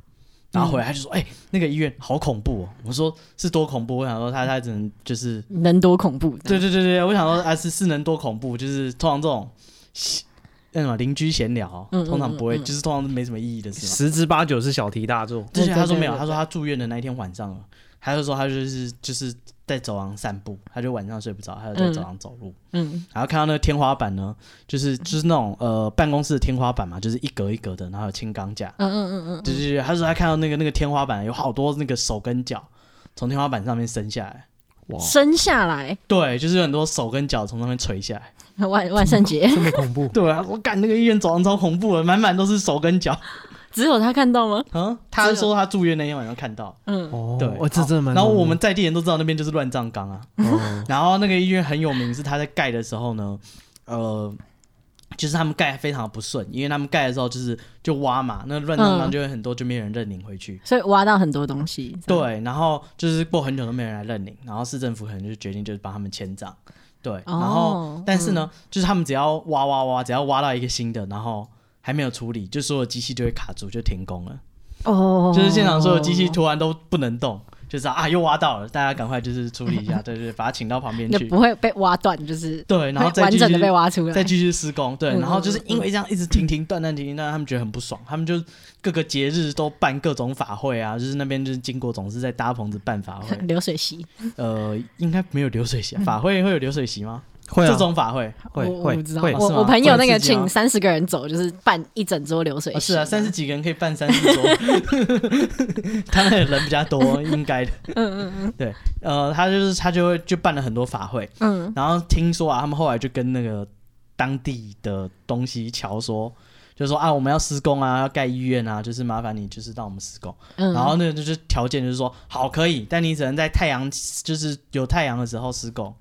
[SPEAKER 2] 然后回来
[SPEAKER 3] 嗯
[SPEAKER 2] 他就说：“哎、那个医院好恐怖哦！”我说：“是多恐怖？”我想说他他只能就是，
[SPEAKER 3] 能多恐怖？
[SPEAKER 2] 对对对对，我想说啊是是能多恐怖，就是通常这种闲那什么邻居闲聊，
[SPEAKER 3] 嗯嗯
[SPEAKER 2] 通常不
[SPEAKER 3] 嗯
[SPEAKER 2] 会，
[SPEAKER 3] 嗯
[SPEAKER 2] 就是通常是没什么意义的事嘛。
[SPEAKER 1] 十之八九是小题大做。
[SPEAKER 2] 之前他
[SPEAKER 3] 对对
[SPEAKER 2] 说
[SPEAKER 3] 对
[SPEAKER 2] 没有，
[SPEAKER 3] 对
[SPEAKER 2] 他说他住院的那一天晚上了，啊他就说他就是就是在走廊散步，他就晚上睡不着，他就在走廊走路。
[SPEAKER 3] 嗯
[SPEAKER 2] 然后看到那个天花板呢，就是就是那种呃办公室的天花板嘛，就是一格一格的，然后有轻钢架。
[SPEAKER 3] 嗯嗯嗯
[SPEAKER 2] 对对对，他说他看到那个那个天花板有好多那个手跟脚从天花板上面伸下来，
[SPEAKER 1] 哇
[SPEAKER 3] 嗯，生下来
[SPEAKER 2] 对，就是有很多手跟脚从上面垂下来。
[SPEAKER 3] 万万圣节，
[SPEAKER 1] 这么恐 怖，
[SPEAKER 2] 对啊，我感那个医院走廊超恐怖的，满满都是手跟脚。
[SPEAKER 3] 只有他看到吗？
[SPEAKER 2] 嗯，他说他住院那天晚上看到，
[SPEAKER 3] 嗯，
[SPEAKER 1] 哦，
[SPEAKER 2] 对，
[SPEAKER 1] 哦这真的蛮恐怖。
[SPEAKER 2] 然后我们在地人都知道那边就是乱葬岗啊，
[SPEAKER 1] 哦
[SPEAKER 2] 然后那个医院很有名，是他在盖的时候呢，呃，就是他们盖得非常不顺，因为他们盖的时候就是就挖嘛，那乱葬岗
[SPEAKER 3] 嗯
[SPEAKER 2] 就会很多，就没有人认领回去。
[SPEAKER 3] 所以挖到很多东西。是吧，
[SPEAKER 2] 对，然后就是过很久都没有人来认领，然后市政府可能就决定就是帮他们迁葬。对，然后、
[SPEAKER 3] 哦
[SPEAKER 2] 但是呢，就是他们只要挖挖挖，只要挖到一个新的，然后还没有处理，就所有机器就会卡住，就停工了。
[SPEAKER 3] 哦
[SPEAKER 2] 就是现场所有机器突然都不能动，就是啊又挖到了，大家赶快就是处理 一下，对对，对把它请到旁边
[SPEAKER 3] 就
[SPEAKER 2] 去。
[SPEAKER 3] 不会被挖断，就是
[SPEAKER 2] 对，然后
[SPEAKER 3] 会
[SPEAKER 2] 再
[SPEAKER 3] 完
[SPEAKER 2] 继
[SPEAKER 3] 整的
[SPEAKER 2] 续
[SPEAKER 3] 被挖出来
[SPEAKER 2] 再。继续施工，对，
[SPEAKER 3] 嗯，
[SPEAKER 2] 然后就是因为这样一直停停断断停停断，断，他们觉得很不爽，他们就各个节日都办各种法会啊，就是那边就是经过总是在搭棚子办法会
[SPEAKER 3] 流水席，
[SPEAKER 2] 呃，应该没有流水席、啊，法会会有流水席吗？
[SPEAKER 1] 会啊
[SPEAKER 2] 这种法会
[SPEAKER 1] 会
[SPEAKER 3] 我我
[SPEAKER 1] 会
[SPEAKER 3] 不知道，
[SPEAKER 1] 会
[SPEAKER 3] 我
[SPEAKER 2] 是吗
[SPEAKER 3] 我朋友那
[SPEAKER 2] 会
[SPEAKER 3] 个
[SPEAKER 2] 很刺激啊
[SPEAKER 3] 请三十个人走，就是办一整桌流水
[SPEAKER 2] 啊
[SPEAKER 3] 席。
[SPEAKER 2] 是啊，三十几个人可以办三十桌， 他那里人比较多，应该的。嗯嗯嗯，对，呃，他就是他就会就办了很多法会，
[SPEAKER 3] 嗯，
[SPEAKER 2] 然后听说啊，他们后来就跟那个当地的东西桥说，就说啊，我们要施工啊，要盖医院啊，就是麻烦你就是让我们施工。
[SPEAKER 3] 嗯
[SPEAKER 2] 然后那个就是条件就是说，好可以，但你只能在太阳就是有太阳的时候施工，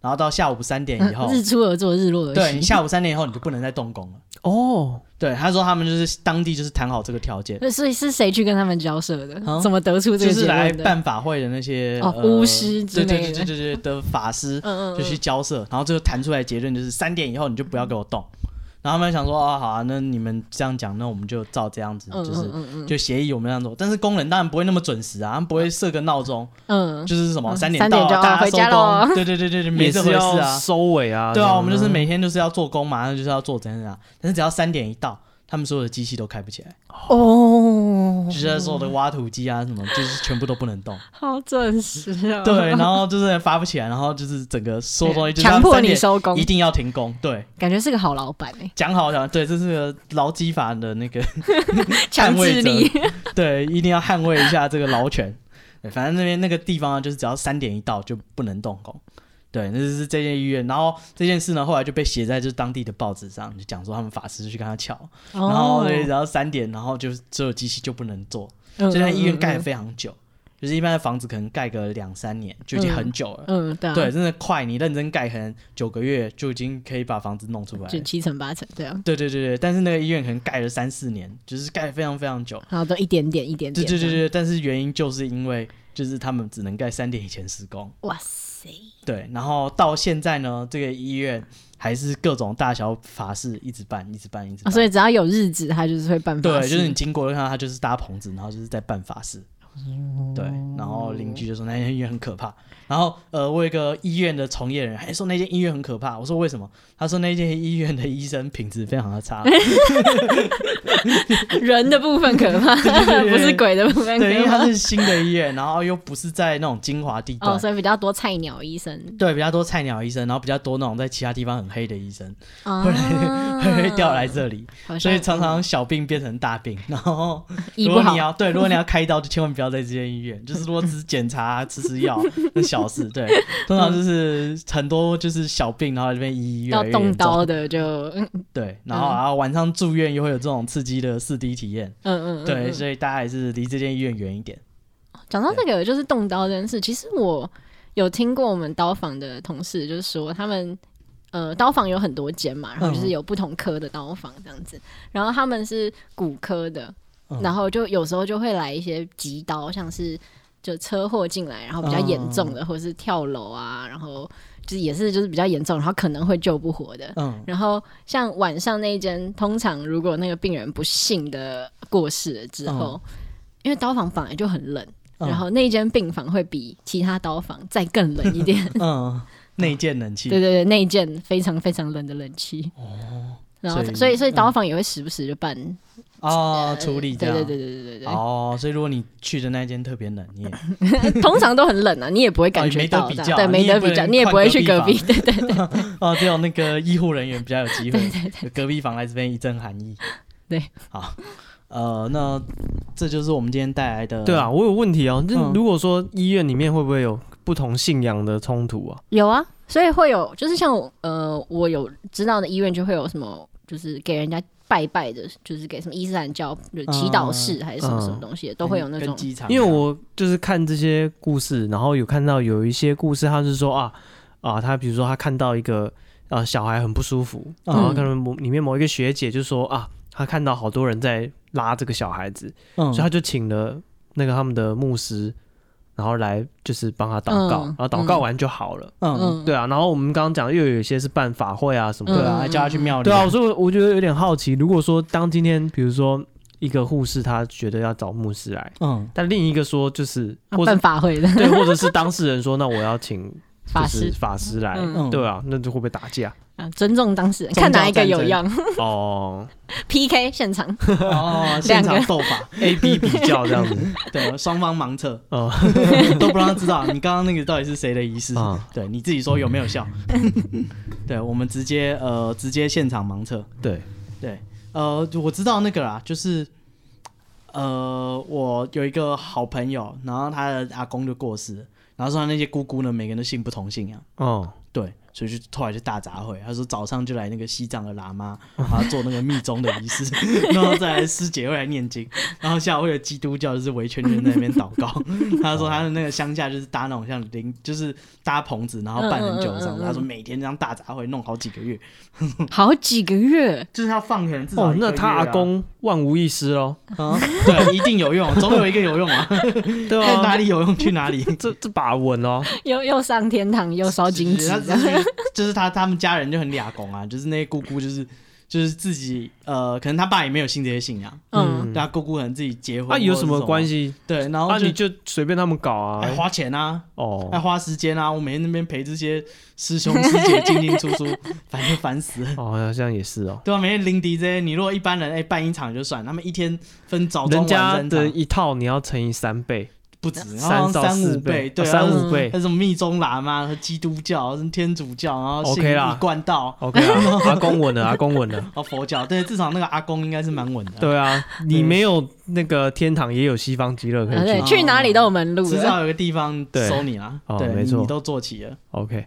[SPEAKER 2] 然后到下午三点以后，
[SPEAKER 3] 嗯日出而作，日落而
[SPEAKER 2] 对
[SPEAKER 3] 息
[SPEAKER 2] 你。下午三点以后你就不能再动工了。
[SPEAKER 1] 哦，
[SPEAKER 2] 对，他说他们就是当地就是谈好这个条件，
[SPEAKER 3] 对，所以是谁去跟他们交涉的
[SPEAKER 2] 啊？
[SPEAKER 3] 怎么得出这
[SPEAKER 2] 就
[SPEAKER 3] 个
[SPEAKER 2] 是
[SPEAKER 3] 结
[SPEAKER 2] 来
[SPEAKER 3] 论的？
[SPEAKER 2] 办法会的那些
[SPEAKER 3] 哦
[SPEAKER 2] 呃
[SPEAKER 3] 巫师之
[SPEAKER 2] 对对
[SPEAKER 3] 类
[SPEAKER 2] 对
[SPEAKER 3] 的
[SPEAKER 2] 对对对的法师，
[SPEAKER 3] 嗯嗯
[SPEAKER 2] 就去交涉，然后最后谈出来结论就是三点以后你就不要给我动。
[SPEAKER 3] 嗯
[SPEAKER 2] 然后他们想说啊，好啊，那你们这样讲，那我们就照这样子，
[SPEAKER 3] 嗯
[SPEAKER 2] 就是
[SPEAKER 3] 嗯嗯嗯
[SPEAKER 2] 就协议我们这样做。但是工人当然不会那么准时啊，他们不会设个闹钟，
[SPEAKER 3] 嗯，
[SPEAKER 2] 就是什么
[SPEAKER 3] 嗯
[SPEAKER 2] 三
[SPEAKER 3] 三点
[SPEAKER 2] 点到
[SPEAKER 3] 就
[SPEAKER 2] 啊
[SPEAKER 3] 要
[SPEAKER 2] 大
[SPEAKER 3] 回家
[SPEAKER 2] 家收工。
[SPEAKER 3] 咯
[SPEAKER 2] 对对 对对对，没
[SPEAKER 1] 也
[SPEAKER 2] 这
[SPEAKER 1] 是
[SPEAKER 2] 回事
[SPEAKER 1] 要
[SPEAKER 2] 啊。
[SPEAKER 1] 收尾啊。
[SPEAKER 2] 对
[SPEAKER 1] 什
[SPEAKER 2] 啊，
[SPEAKER 1] 么
[SPEAKER 2] 我们就是
[SPEAKER 1] 的
[SPEAKER 2] 每天就是要做工嘛，那就是要做怎样怎样。但是只要三点一到，他们所有的机器都开不起来，
[SPEAKER 3] 哦，
[SPEAKER 2] 就是他所有的挖土机啊什么，就是全部都不能动。
[SPEAKER 3] 好准时啊！
[SPEAKER 2] 对，然后就是发不起来，然后就是整个所有东西就是他
[SPEAKER 3] 强
[SPEAKER 2] 们
[SPEAKER 3] 迫
[SPEAKER 2] 三
[SPEAKER 3] 你
[SPEAKER 2] 点
[SPEAKER 3] 收工
[SPEAKER 2] 一，定要停工。对，
[SPEAKER 3] 感觉是个好老板哎、
[SPEAKER 2] 讲好讲对，这是个劳基法的那个
[SPEAKER 3] 强
[SPEAKER 2] 捍
[SPEAKER 3] 制
[SPEAKER 2] 卫者
[SPEAKER 3] 力。
[SPEAKER 2] 对，一定要捍卫一下这个劳权。对，反正那边那个地方啊就是只要三点一到就不能动工。对，那就是这件医院。然后这件事呢，后来就被写在就是当地的报纸上，就讲说他们法师去跟他吵，
[SPEAKER 3] 哦
[SPEAKER 2] 然后对，然后三点，然后就是所有机器就不能做，
[SPEAKER 3] 嗯
[SPEAKER 2] 所以那医院盖得非常久，就是一般的房子可能盖个两三年就已经很久了。
[SPEAKER 3] 嗯，嗯对啊，
[SPEAKER 2] 对，真的快，你认真盖，可能九个月就已经可以把房子弄出来了。
[SPEAKER 3] 就七成八成这样，
[SPEAKER 2] 对对对对，但是那个医院可能盖了三四年，就是盖得非常非常久。
[SPEAKER 3] 然后都一点点一点
[SPEAKER 2] 对
[SPEAKER 3] 点，
[SPEAKER 2] 对对，对，但是原因就是因为就是他们只能盖三点以前施工，
[SPEAKER 3] 哇塞，
[SPEAKER 2] 对，然后到现在呢，这个医院还是各种大小法事一直办，一直办，一直
[SPEAKER 3] 啊
[SPEAKER 2] 办。
[SPEAKER 3] 所以只要有日子，他就是会办法
[SPEAKER 2] 对，
[SPEAKER 3] 事
[SPEAKER 2] 就是你经过就看到他就是搭棚子，然后就是在办法事。对，
[SPEAKER 3] 哦
[SPEAKER 2] 然后邻居就说那间医院很可怕。然后呃，我有一个医院的从业人还说那间医院很可怕。我说为什么？他说那间医院的医生品质非常的差。
[SPEAKER 3] 人的部分可怕，
[SPEAKER 2] 对对
[SPEAKER 3] 不是鬼的部分
[SPEAKER 2] 对，因为
[SPEAKER 3] 可
[SPEAKER 2] 它
[SPEAKER 3] 怕。
[SPEAKER 2] 是新的医院， 然后又不是在那种精华地段，
[SPEAKER 3] 哦，所以比较多菜鸟医生
[SPEAKER 2] 对，比较多菜鸟医生，然后比较多那种在其他地方很黑的医生
[SPEAKER 3] 啊
[SPEAKER 2] 会 来、会调来这里，
[SPEAKER 3] 嗯好像
[SPEAKER 2] 所以常常小病变成大病。 然后
[SPEAKER 3] 医
[SPEAKER 2] 如
[SPEAKER 3] 不
[SPEAKER 2] 果
[SPEAKER 3] 好
[SPEAKER 2] 你，要 对，如果你要开刀，就千万不要在这间医院，就是如果只是检查啊、吃吃 药那小事，对，通常就是很多就是小病，然后这边医越
[SPEAKER 3] 要
[SPEAKER 2] 来越
[SPEAKER 3] 动
[SPEAKER 2] 严重
[SPEAKER 3] 刀的就嗯
[SPEAKER 2] 对，然后啊晚上住院又会有这种刺激的四 D 体验，
[SPEAKER 3] 嗯嗯，
[SPEAKER 2] 对，
[SPEAKER 3] 嗯
[SPEAKER 2] 所以大家还是离这间医院远一点。
[SPEAKER 3] 讲到这个，就是动刀这件事，其实我有听过我们刀房的同事，就是说他们呃刀房有很多间嘛，然后就是有不同科的刀房这样子，然后他们是骨科的，
[SPEAKER 2] 嗯
[SPEAKER 3] 然后就有时候就会来一些急刀，像是就车祸进来，然后比较严重的，或者是跳楼啊，然后就是也是就是比较严重，然后可能会救不活的，
[SPEAKER 2] 嗯，
[SPEAKER 3] 然后像晚上那一间，通常如果那个病人不幸的过世了之后，因为刀房本来就很冷，
[SPEAKER 2] 嗯
[SPEAKER 3] 然后那一间病房会比其他刀房再更冷一 点。
[SPEAKER 2] 嗯，内建冷气，
[SPEAKER 3] 对对对，那一间非常非常冷的冷气。哦。然后，
[SPEAKER 2] 所以
[SPEAKER 3] 所以所以
[SPEAKER 2] 嗯
[SPEAKER 3] 刀房也会时不时就办
[SPEAKER 2] 哦
[SPEAKER 3] 呃，
[SPEAKER 2] 处理这
[SPEAKER 3] 对
[SPEAKER 2] 样。
[SPEAKER 3] 对对对对对
[SPEAKER 2] 哦，所以如果你去的那间特别冷，你也
[SPEAKER 3] 对， 通常都很冷啊，你也不会感
[SPEAKER 2] 哦
[SPEAKER 3] 觉
[SPEAKER 2] 没得
[SPEAKER 3] 到
[SPEAKER 2] 比
[SPEAKER 3] 这样，
[SPEAKER 2] 较
[SPEAKER 3] 对，
[SPEAKER 2] 你
[SPEAKER 3] 没
[SPEAKER 2] 也
[SPEAKER 3] 得
[SPEAKER 2] 不
[SPEAKER 3] 比较，
[SPEAKER 2] 能
[SPEAKER 3] 你也
[SPEAKER 2] 看
[SPEAKER 3] 不会
[SPEAKER 2] 隔
[SPEAKER 3] 去
[SPEAKER 2] 壁
[SPEAKER 3] 隔
[SPEAKER 2] 房
[SPEAKER 3] 壁，对对
[SPEAKER 2] 哦，只有那个医护人员比较有 机会，有隔壁房来这边一阵寒意。
[SPEAKER 3] 对，
[SPEAKER 2] 好，呃，那这就是我们今天带来的。
[SPEAKER 1] 对啊，，我有问题哦。那
[SPEAKER 2] 嗯
[SPEAKER 1] 如果说医院里面会不会有不同信仰的冲突啊？
[SPEAKER 3] 有啊，所以会有，就是像我呃，我有知道的医院就会有什么，就是给人家拜拜的，就是给什么伊斯兰教就是祈祷室还是什么
[SPEAKER 1] 嗯
[SPEAKER 3] 什么东西的，都会有那
[SPEAKER 2] 啊跟
[SPEAKER 3] 种。
[SPEAKER 2] 机场一
[SPEAKER 1] 因
[SPEAKER 2] 样，
[SPEAKER 1] 为我就是看这些故事，然后有看到有一些故事，他是说啊啊，他比如说他看到一个啊小孩很不舒服，
[SPEAKER 2] 嗯
[SPEAKER 1] 然后可能某里面某一个学姐就说啊，他看到好多人在拉这个小孩子，
[SPEAKER 2] 嗯
[SPEAKER 1] 所以他就请了那个他们的牧师，然后来就是帮他祷告，
[SPEAKER 3] 嗯
[SPEAKER 1] 然后祷告完就好了。
[SPEAKER 2] 嗯，
[SPEAKER 3] 嗯，
[SPEAKER 1] 对啊，然后我们刚刚讲又有一些是办法会啊什么
[SPEAKER 2] 对
[SPEAKER 1] 的，
[SPEAKER 2] 啊，
[SPEAKER 3] 嗯
[SPEAKER 2] 还叫他去庙里。
[SPEAKER 1] 对啊，所以我我觉得有点好奇，如果说当今天比如说一个护士她觉得要找牧师来，
[SPEAKER 2] 嗯，
[SPEAKER 1] 但另一个说就是
[SPEAKER 3] 啊
[SPEAKER 1] 或者
[SPEAKER 3] 办法会的
[SPEAKER 1] 对，或者是当事人说那我要 请
[SPEAKER 3] 法
[SPEAKER 1] 就是
[SPEAKER 3] 师
[SPEAKER 1] 法师来，
[SPEAKER 3] 嗯
[SPEAKER 2] 嗯
[SPEAKER 1] 对啊，那就会不会打 架？
[SPEAKER 3] 啊，尊重当事人，
[SPEAKER 2] 宗教
[SPEAKER 3] 看哪一个有
[SPEAKER 2] 战争
[SPEAKER 3] 样
[SPEAKER 1] 哦，
[SPEAKER 3] PK 现 场。
[SPEAKER 2] 哦，现场斗法 A B
[SPEAKER 1] 比 较这样子，
[SPEAKER 2] 对，双方盲测，
[SPEAKER 1] 嗯
[SPEAKER 2] 都不让他知道你刚刚那个到底是谁的仪式
[SPEAKER 1] 嗯，
[SPEAKER 2] 对，你自己说有没 有效？对，我们直接呃直接现场盲测，
[SPEAKER 1] 对，
[SPEAKER 2] 对，呃，我知道那个啦，就是呃，我有一个好朋友，然后他的阿公就过世了，然后说他那些姑姑呢，每个人都信不同信仰，
[SPEAKER 1] 哦，
[SPEAKER 2] 对，所以就后来就大杂烩。他说早上就来那个西藏的喇嘛，然后做那个密宗的仪式， 然后再来师姐会来念经，然后下午会有基督教就是围圈圈在那边祷告。 他说他的那个乡下就是搭那种像林，就是搭棚子，然后办很久的场子。
[SPEAKER 3] 嗯嗯嗯嗯
[SPEAKER 2] 他说每天这样大杂烩弄好几个月，
[SPEAKER 3] 好几个月，
[SPEAKER 2] 就是他放可能至少、
[SPEAKER 1] 哦，那他阿，公万无一失喽，
[SPEAKER 2] 嗯，对，一定有用，总有一个有用啊，
[SPEAKER 1] 对
[SPEAKER 2] 看哪
[SPEAKER 1] 啊，
[SPEAKER 2] 里有用去哪里。
[SPEAKER 1] 这这把稳哦，
[SPEAKER 3] 又又上天堂，又烧金纸
[SPEAKER 2] 他，只是就是他他们家人就很俩拱啊，就是那些姑姑就是就是自己呃，可能他爸也没有信这些信仰，
[SPEAKER 3] 嗯，
[SPEAKER 2] 对他啊姑姑可能自己结婚，
[SPEAKER 1] 那、啊有什么关
[SPEAKER 2] 系？
[SPEAKER 1] 系？
[SPEAKER 2] 对，哦然
[SPEAKER 1] 啊，
[SPEAKER 2] 后就
[SPEAKER 1] 你就随便他们搞啊
[SPEAKER 2] 哎。花钱啊，爱
[SPEAKER 1] 哦
[SPEAKER 2] 花时间啊，我每天那边陪这些师兄师姐进进出 出，烦就烦死了。
[SPEAKER 1] 哦，好像这样也是哦。
[SPEAKER 2] 对啊，每天零 DJ，你如果一般人哎、办一场就算，他们一天分早中
[SPEAKER 1] 人家
[SPEAKER 2] 晚三
[SPEAKER 1] 的
[SPEAKER 2] 场
[SPEAKER 1] 一套你要乘以三倍，
[SPEAKER 2] 不止，然
[SPEAKER 1] 三
[SPEAKER 2] 后
[SPEAKER 1] 到
[SPEAKER 2] 三
[SPEAKER 1] 四
[SPEAKER 2] 五倍，对
[SPEAKER 1] 哦
[SPEAKER 2] 啊，
[SPEAKER 1] 三
[SPEAKER 3] 然后
[SPEAKER 1] 五 倍
[SPEAKER 2] 那什么密宗喇嘛、和基督教、什么天主教，然后
[SPEAKER 1] OK
[SPEAKER 2] 信
[SPEAKER 1] 啦
[SPEAKER 2] 一贯道，
[SPEAKER 1] OK 啊，阿公稳了，阿公稳了。
[SPEAKER 2] 然后佛教，对，至少那个阿公应该是蛮稳的，
[SPEAKER 1] 对 啊，你没有那个天堂，也有西方极嗯乐可
[SPEAKER 3] 啊
[SPEAKER 1] 以
[SPEAKER 3] 对，
[SPEAKER 1] 去。啊
[SPEAKER 3] 去哪里都有门路
[SPEAKER 2] 至
[SPEAKER 3] 的。
[SPEAKER 2] 少有个地方
[SPEAKER 1] 对
[SPEAKER 2] 收你啦
[SPEAKER 1] 哦，
[SPEAKER 2] 对，
[SPEAKER 1] 没
[SPEAKER 2] 你
[SPEAKER 1] 错
[SPEAKER 2] 你都做齐了，
[SPEAKER 1] OK，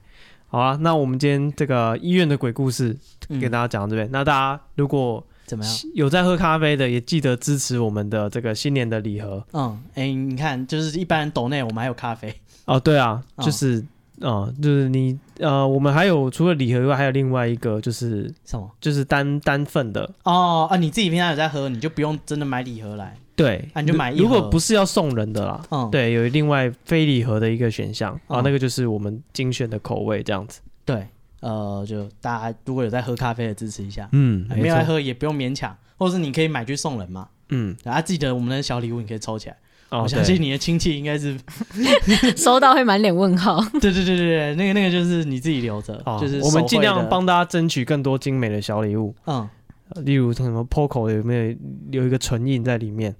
[SPEAKER 1] 好啊，那我们今天这个医院的鬼故事
[SPEAKER 2] 嗯
[SPEAKER 1] 给大家讲到这边。那大家如果
[SPEAKER 2] 怎么样？
[SPEAKER 1] 有在喝咖啡的，也记得支持我们的这个新年的礼盒
[SPEAKER 2] 嗯，哎、你看，就是一般人抖内，我们还有咖啡，
[SPEAKER 1] 哦。对啊，
[SPEAKER 2] 哦
[SPEAKER 1] 就是啊、就是你呃，我们还有除了礼盒以外，还有另外一个就是
[SPEAKER 2] 什么？
[SPEAKER 1] 就是单单份的，
[SPEAKER 2] 哦啊，你自己平常有在喝，你就不用真的买礼盒来，
[SPEAKER 1] 对，
[SPEAKER 2] 啊你就买一盒
[SPEAKER 1] 如果不是要送人的啦，
[SPEAKER 2] 嗯，
[SPEAKER 1] 对，有另外非礼盒的一个选项啊、
[SPEAKER 2] 哦
[SPEAKER 1] 那个就是我们精选的口味这样子。
[SPEAKER 2] 对，呃，就大家如果有在喝咖啡的，支持一下，
[SPEAKER 1] 嗯，
[SPEAKER 2] 没
[SPEAKER 1] 错
[SPEAKER 2] 有在喝也不用勉强，或者是你可以买去送人嘛，
[SPEAKER 1] 嗯，
[SPEAKER 2] 对啊，记得我们的小礼物你可以抽起来，
[SPEAKER 1] 哦，
[SPEAKER 2] 我
[SPEAKER 1] 对
[SPEAKER 2] 相信你的亲戚应该是。
[SPEAKER 3] 收到会满脸问号。
[SPEAKER 2] 对对对对对，那个那个就是你自己留着，
[SPEAKER 1] 哦
[SPEAKER 2] 就是
[SPEAKER 1] 我们
[SPEAKER 2] 手
[SPEAKER 1] 尽
[SPEAKER 2] 绘
[SPEAKER 1] 量
[SPEAKER 2] 的
[SPEAKER 1] 帮大家争取更多精美的小礼物，
[SPEAKER 2] 嗯
[SPEAKER 1] 呃例如像什么 POCO 有没有有一个唇印在里 面？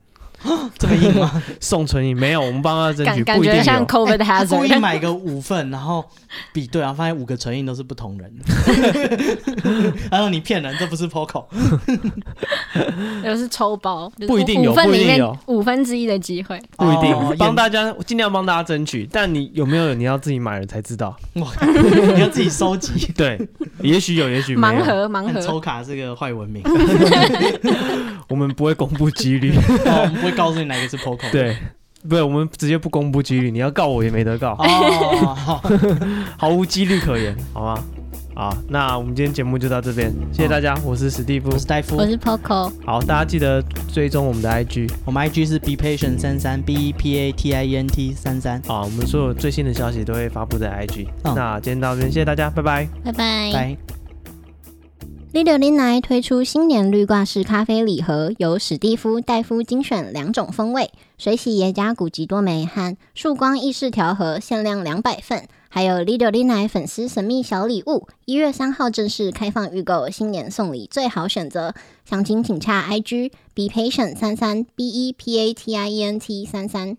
[SPEAKER 2] 这么硬 吗？
[SPEAKER 1] 送唇印没有，我们帮他争
[SPEAKER 3] 感
[SPEAKER 1] 取，
[SPEAKER 3] 感
[SPEAKER 1] 不一定
[SPEAKER 3] 觉像
[SPEAKER 1] 有。
[SPEAKER 3] COVID
[SPEAKER 2] 他故意
[SPEAKER 3] hazard，
[SPEAKER 2] 买个五份，然后比对啊，发现五个唇印都是不同人。 他说你骗人，这不是 POCO。
[SPEAKER 3] 就是抽包，就是
[SPEAKER 1] 不一定有
[SPEAKER 3] 五分里
[SPEAKER 1] 不一定
[SPEAKER 3] 面
[SPEAKER 1] 有
[SPEAKER 3] 五分之一的机会。
[SPEAKER 1] 不一
[SPEAKER 2] 哦
[SPEAKER 1] 定，帮
[SPEAKER 2] 眼
[SPEAKER 1] 大家尽量帮大家争取，但你有没有你要自己买了才知道。
[SPEAKER 2] 哇，你要自己收集。
[SPEAKER 1] 对，也许有，也许没
[SPEAKER 3] 盲
[SPEAKER 1] 有，
[SPEAKER 3] 盒，盲
[SPEAKER 2] 看
[SPEAKER 3] 盒，
[SPEAKER 2] 抽卡是个 坏文明，哦
[SPEAKER 1] 我们不会公布几 率。
[SPEAKER 2] 哦我们不会告诉你哪个是 POCO。，
[SPEAKER 1] 对，不是，我们直接不公布几率，你要告我也没得告，
[SPEAKER 2] 哦，好，
[SPEAKER 1] 毫无几率可言，好吗？啊，那我们今天节目就到这边，谢谢大家，我是史蒂夫
[SPEAKER 2] 我。是戴夫
[SPEAKER 3] 我，是 Poco，
[SPEAKER 1] 好，大家记得追踪我们的 IG
[SPEAKER 2] 我们 IG 是 be patient 三三 b e p a t i e n t 三三，
[SPEAKER 1] 啊，我们所有最新的消息都会发布在 IG。
[SPEAKER 2] 嗯
[SPEAKER 1] 那今天到这边，谢谢大家，拜拜。
[SPEAKER 3] 拜拜
[SPEAKER 2] 拜。
[SPEAKER 3] l i d o l i n a 推出新年绿挂式咖啡礼盒，由史蒂夫、戴夫精选两种风味，水洗耶加古籍多梅和曙光意式调和，限量两百份。还有 l i d o l i n a 粉丝神秘小礼物，一月三号正式开放预购，新年送礼最好选择。详情请洽 IG be patient 三三 b e p a t i e n t 三三。